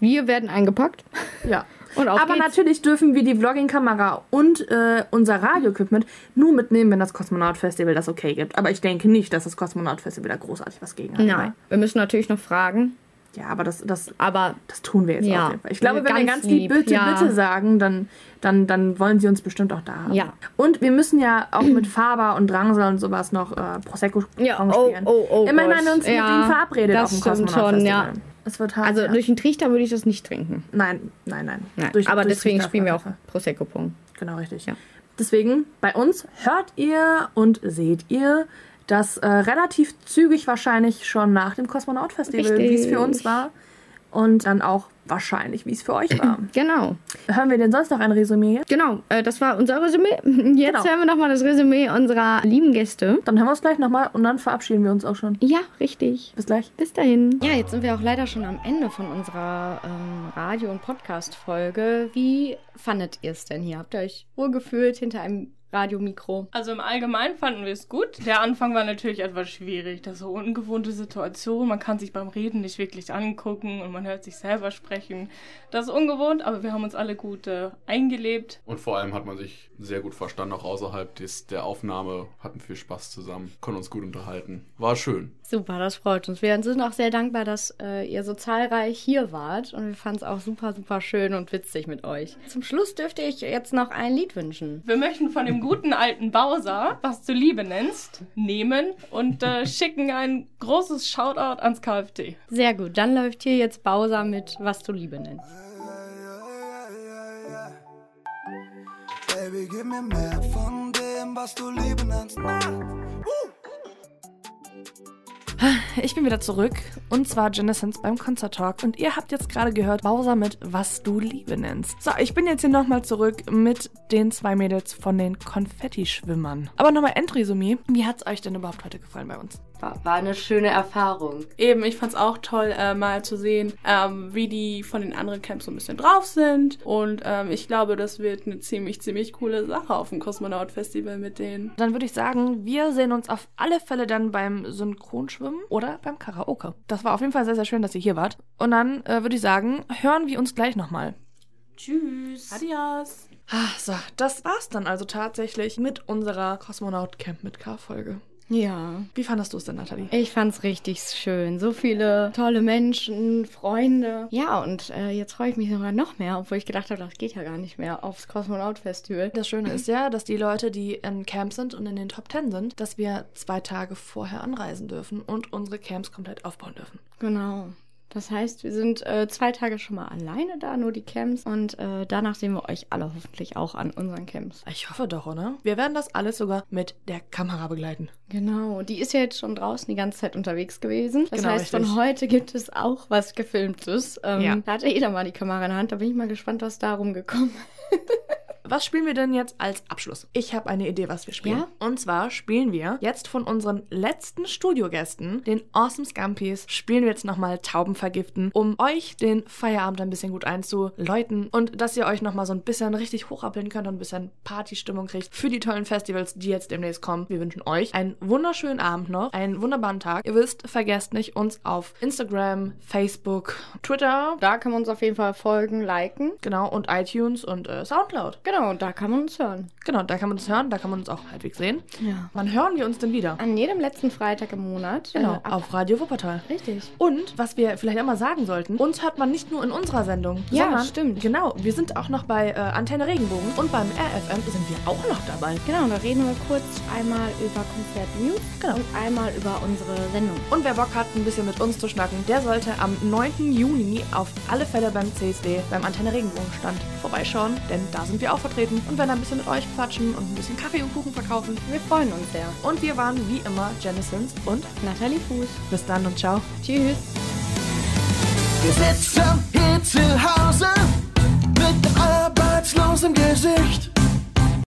S5: Wir werden eingepackt.
S6: ja.
S5: Und auf
S6: Aber
S5: geht's.
S6: natürlich dürfen wir die Vlogging-Kamera und äh, unser Radio-Equipment nur mitnehmen, wenn das Kosmonaut-Festival das okay gibt. Aber ich denke nicht, dass das Kosmonaut-Festival da großartig was gegen hat.
S5: Nein, wir müssen natürlich noch fragen.
S6: Ja, aber das, das,
S5: Aber
S6: das tun wir jetzt
S5: Ja.
S6: auf jeden Fall. Ich glaube, wenn wir
S5: Ganz
S6: ganz lieb,
S5: lieb,
S6: bitte,
S5: ja.
S6: bitte sagen, dann, dann, dann wollen sie uns bestimmt auch da haben.
S5: Ja.
S6: Und wir müssen ja auch mit Faber und Drangsal und sowas noch äh, Prosecco
S5: Ja,
S6: Song
S5: oh,
S6: spielen.
S5: oh, oh.
S6: Immerhin haben wir
S5: Gott.
S6: uns mit ihnen verabredet
S5: das
S6: auf dem
S5: stimmt
S6: Kosmonaut
S5: schon,
S6: Festival.
S5: ja.
S6: Es wird hart.
S5: Also
S6: ja.
S5: durch den Trichter würde ich das nicht trinken.
S6: Nein, nein, nein.
S5: Nein.
S6: Durch-
S5: Aber
S6: durch
S5: deswegen
S6: Richter
S5: spielen wir auch
S6: auf jeden Fall.
S5: prosecco pong
S6: Genau, richtig. Deswegen, bei uns hört ihr und seht ihr das äh, relativ zügig wahrscheinlich schon nach dem Kosmonaut-Festival, wie es für uns
S5: Richtig.
S6: war. Und dann auch wahrscheinlich, wie es für euch war.
S5: Genau.
S6: Hören wir denn sonst noch ein Resümee?
S5: Genau, äh, das war unser Resümee. Jetzt
S6: Genau.
S5: hören wir nochmal das Resümee unserer lieben Gäste.
S6: Dann hören wir uns gleich nochmal und dann verabschieden wir uns auch schon.
S5: Ja, richtig.
S6: Bis gleich.
S5: Bis dahin. Ja, jetzt sind wir auch leider schon am Ende von unserer ähm, Radio- und Podcast-Folge. Wie fandet ihr es denn hier? Habt ihr euch wohlgefühlt hinter einem Radiomikro?
S1: Also im Allgemeinen fanden wir es gut. Der Anfang war natürlich etwas schwierig. Das ist so eine ungewohnte Situation. Man kann sich beim Reden nicht wirklich angucken und man hört sich selber sprechen. Das ist ungewohnt, aber wir haben uns alle gut äh, eingelebt.
S3: Und vor allem hat man sich sehr gut verstanden, auch außerhalb des, der Aufnahme. Hatten viel Spaß zusammen, konnten uns gut unterhalten. War schön.
S5: Super, das freut uns. Wir sind auch sehr dankbar, dass äh, ihr so zahlreich hier wart. Und wir fanden es auch super, super schön und witzig mit euch. Zum Schluss dürfte ich jetzt noch ein Lied wünschen.
S1: Wir möchten von dem guten alten Bowser, was du Liebe nennst, nehmen und äh, schicken ein großes Shoutout ans KFT.
S5: Sehr gut, dann läuft hier jetzt Bowser mit Was du Liebe nennst.
S13: Baby, gib mir mehr von dem, was du lieben nennst.
S6: Ich bin wieder zurück und zwar Genesis beim Concert Talk und ihr habt jetzt gerade gehört Bowser mit Was du Liebe nennst. So, ich bin jetzt hier nochmal zurück mit den zwei Mädels von den Konfetti-Schwimmern. Aber nochmal Endresümee, wie hat's euch denn überhaupt heute gefallen bei uns?
S4: War, war eine schöne Erfahrung.
S2: Eben, ich fand's auch toll, äh, mal zu sehen, ähm, wie die von den anderen Camps so ein bisschen drauf sind. Und ähm, ich glaube, das wird eine ziemlich, ziemlich coole Sache auf dem Kosmonaut-Festival mit denen.
S6: Dann würde ich sagen, wir sehen uns auf alle Fälle dann beim Synchronschwimmen oder beim Karaoke. Das war auf jeden Fall sehr, sehr schön, dass ihr hier wart. Und dann äh, würde ich sagen, hören wir uns gleich nochmal.
S4: Tschüss.
S2: Adios!
S6: Ah, so, das war's dann also tatsächlich mit unserer Kosmonaut Camp mit K-Folge.
S5: Ja.
S6: Wie fandest du es denn, Nathalie?
S5: Ich fand's richtig schön. So viele tolle Menschen, Freunde. Ja, und äh, jetzt freue ich mich sogar noch mehr, obwohl ich gedacht habe, das geht ja gar nicht mehr aufs Kosmonaut-Festival.
S6: Das Schöne ist ja, dass die Leute, die in Camp sind und in den Top Ten sind, dass wir zwei Tage vorher anreisen dürfen und unsere Camps komplett aufbauen dürfen.
S5: Genau. Das heißt, wir sind äh, zwei Tage schon mal alleine da, nur die Camps. Und äh, danach sehen wir euch alle hoffentlich auch an unseren Camps.
S6: Ich hoffe doch, oder? Wir werden das alles sogar mit der Kamera begleiten.
S5: Genau. Die ist ja jetzt schon draußen die ganze Zeit unterwegs gewesen. Das
S6: Genau,
S5: heißt,
S6: richtig.
S5: von heute gibt es auch was Gefilmtes. Ähm,
S6: Ja.
S5: Da hat ja jeder mal die Kamera in der Hand. Da bin ich mal gespannt, was da rumgekommen ist.
S6: Was spielen wir denn jetzt als Abschluss? Ich habe eine Idee, was wir spielen. Und zwar spielen wir jetzt von unseren letzten Studiogästen, den Awesome Scumpies, spielen wir jetzt nochmal Tauben vergiften, um euch den Feierabend ein bisschen gut einzuläuten und dass ihr euch nochmal so ein bisschen richtig hochrappeln könnt und ein bisschen Partystimmung kriegt für die tollen Festivals, die jetzt demnächst kommen. Wir wünschen euch einen wunderschönen Abend noch, einen wunderbaren Tag. Ihr wisst, vergesst nicht, uns auf Instagram, Facebook, Twitter,
S5: Da kann man uns auf jeden Fall folgen, liken.
S6: genau, und iTunes und äh, Soundcloud.
S5: Genau, und da kann man uns hören.
S1: Genau, da kann man uns hören, da kann man uns auch halbwegs sehen.
S5: Ja.
S1: Wann hören wir uns denn wieder?
S5: An jedem letzten Freitag im Monat.
S1: Genau,
S5: Äh, ab-
S1: auf Radio Wuppertal.
S5: Richtig.
S1: Und was wir vielleicht auch mal sagen sollten, uns hört man nicht nur in unserer Sendung.
S5: Ja,
S1: sondern,
S5: stimmt.
S1: Genau, wir sind auch noch bei äh, Antenne Regenbogen und beim RFM sind wir auch noch dabei.
S5: Genau, da reden wir kurz einmal über Konzert News
S1: Genau.
S5: und einmal über unsere Sendung.
S1: Und wer Bock hat, ein bisschen mit uns zu schnacken, der sollte am 9. Juni auf alle Fälle beim CSD, beim Antenne Regenbogenstand, vorbeischauen, denn da sind wir auch vertreten und werden ein bisschen mit euch quatschen und ein bisschen Kaffee und Kuchen verkaufen.
S5: Wir freuen uns sehr.
S1: Und wir waren wie immer Janisons und
S5: Nathalie Fuß.
S1: Bis dann und ciao.
S5: Tschüss.
S14: Wir sitzen hier zu Hause mit dem arbeitslosen Gesicht.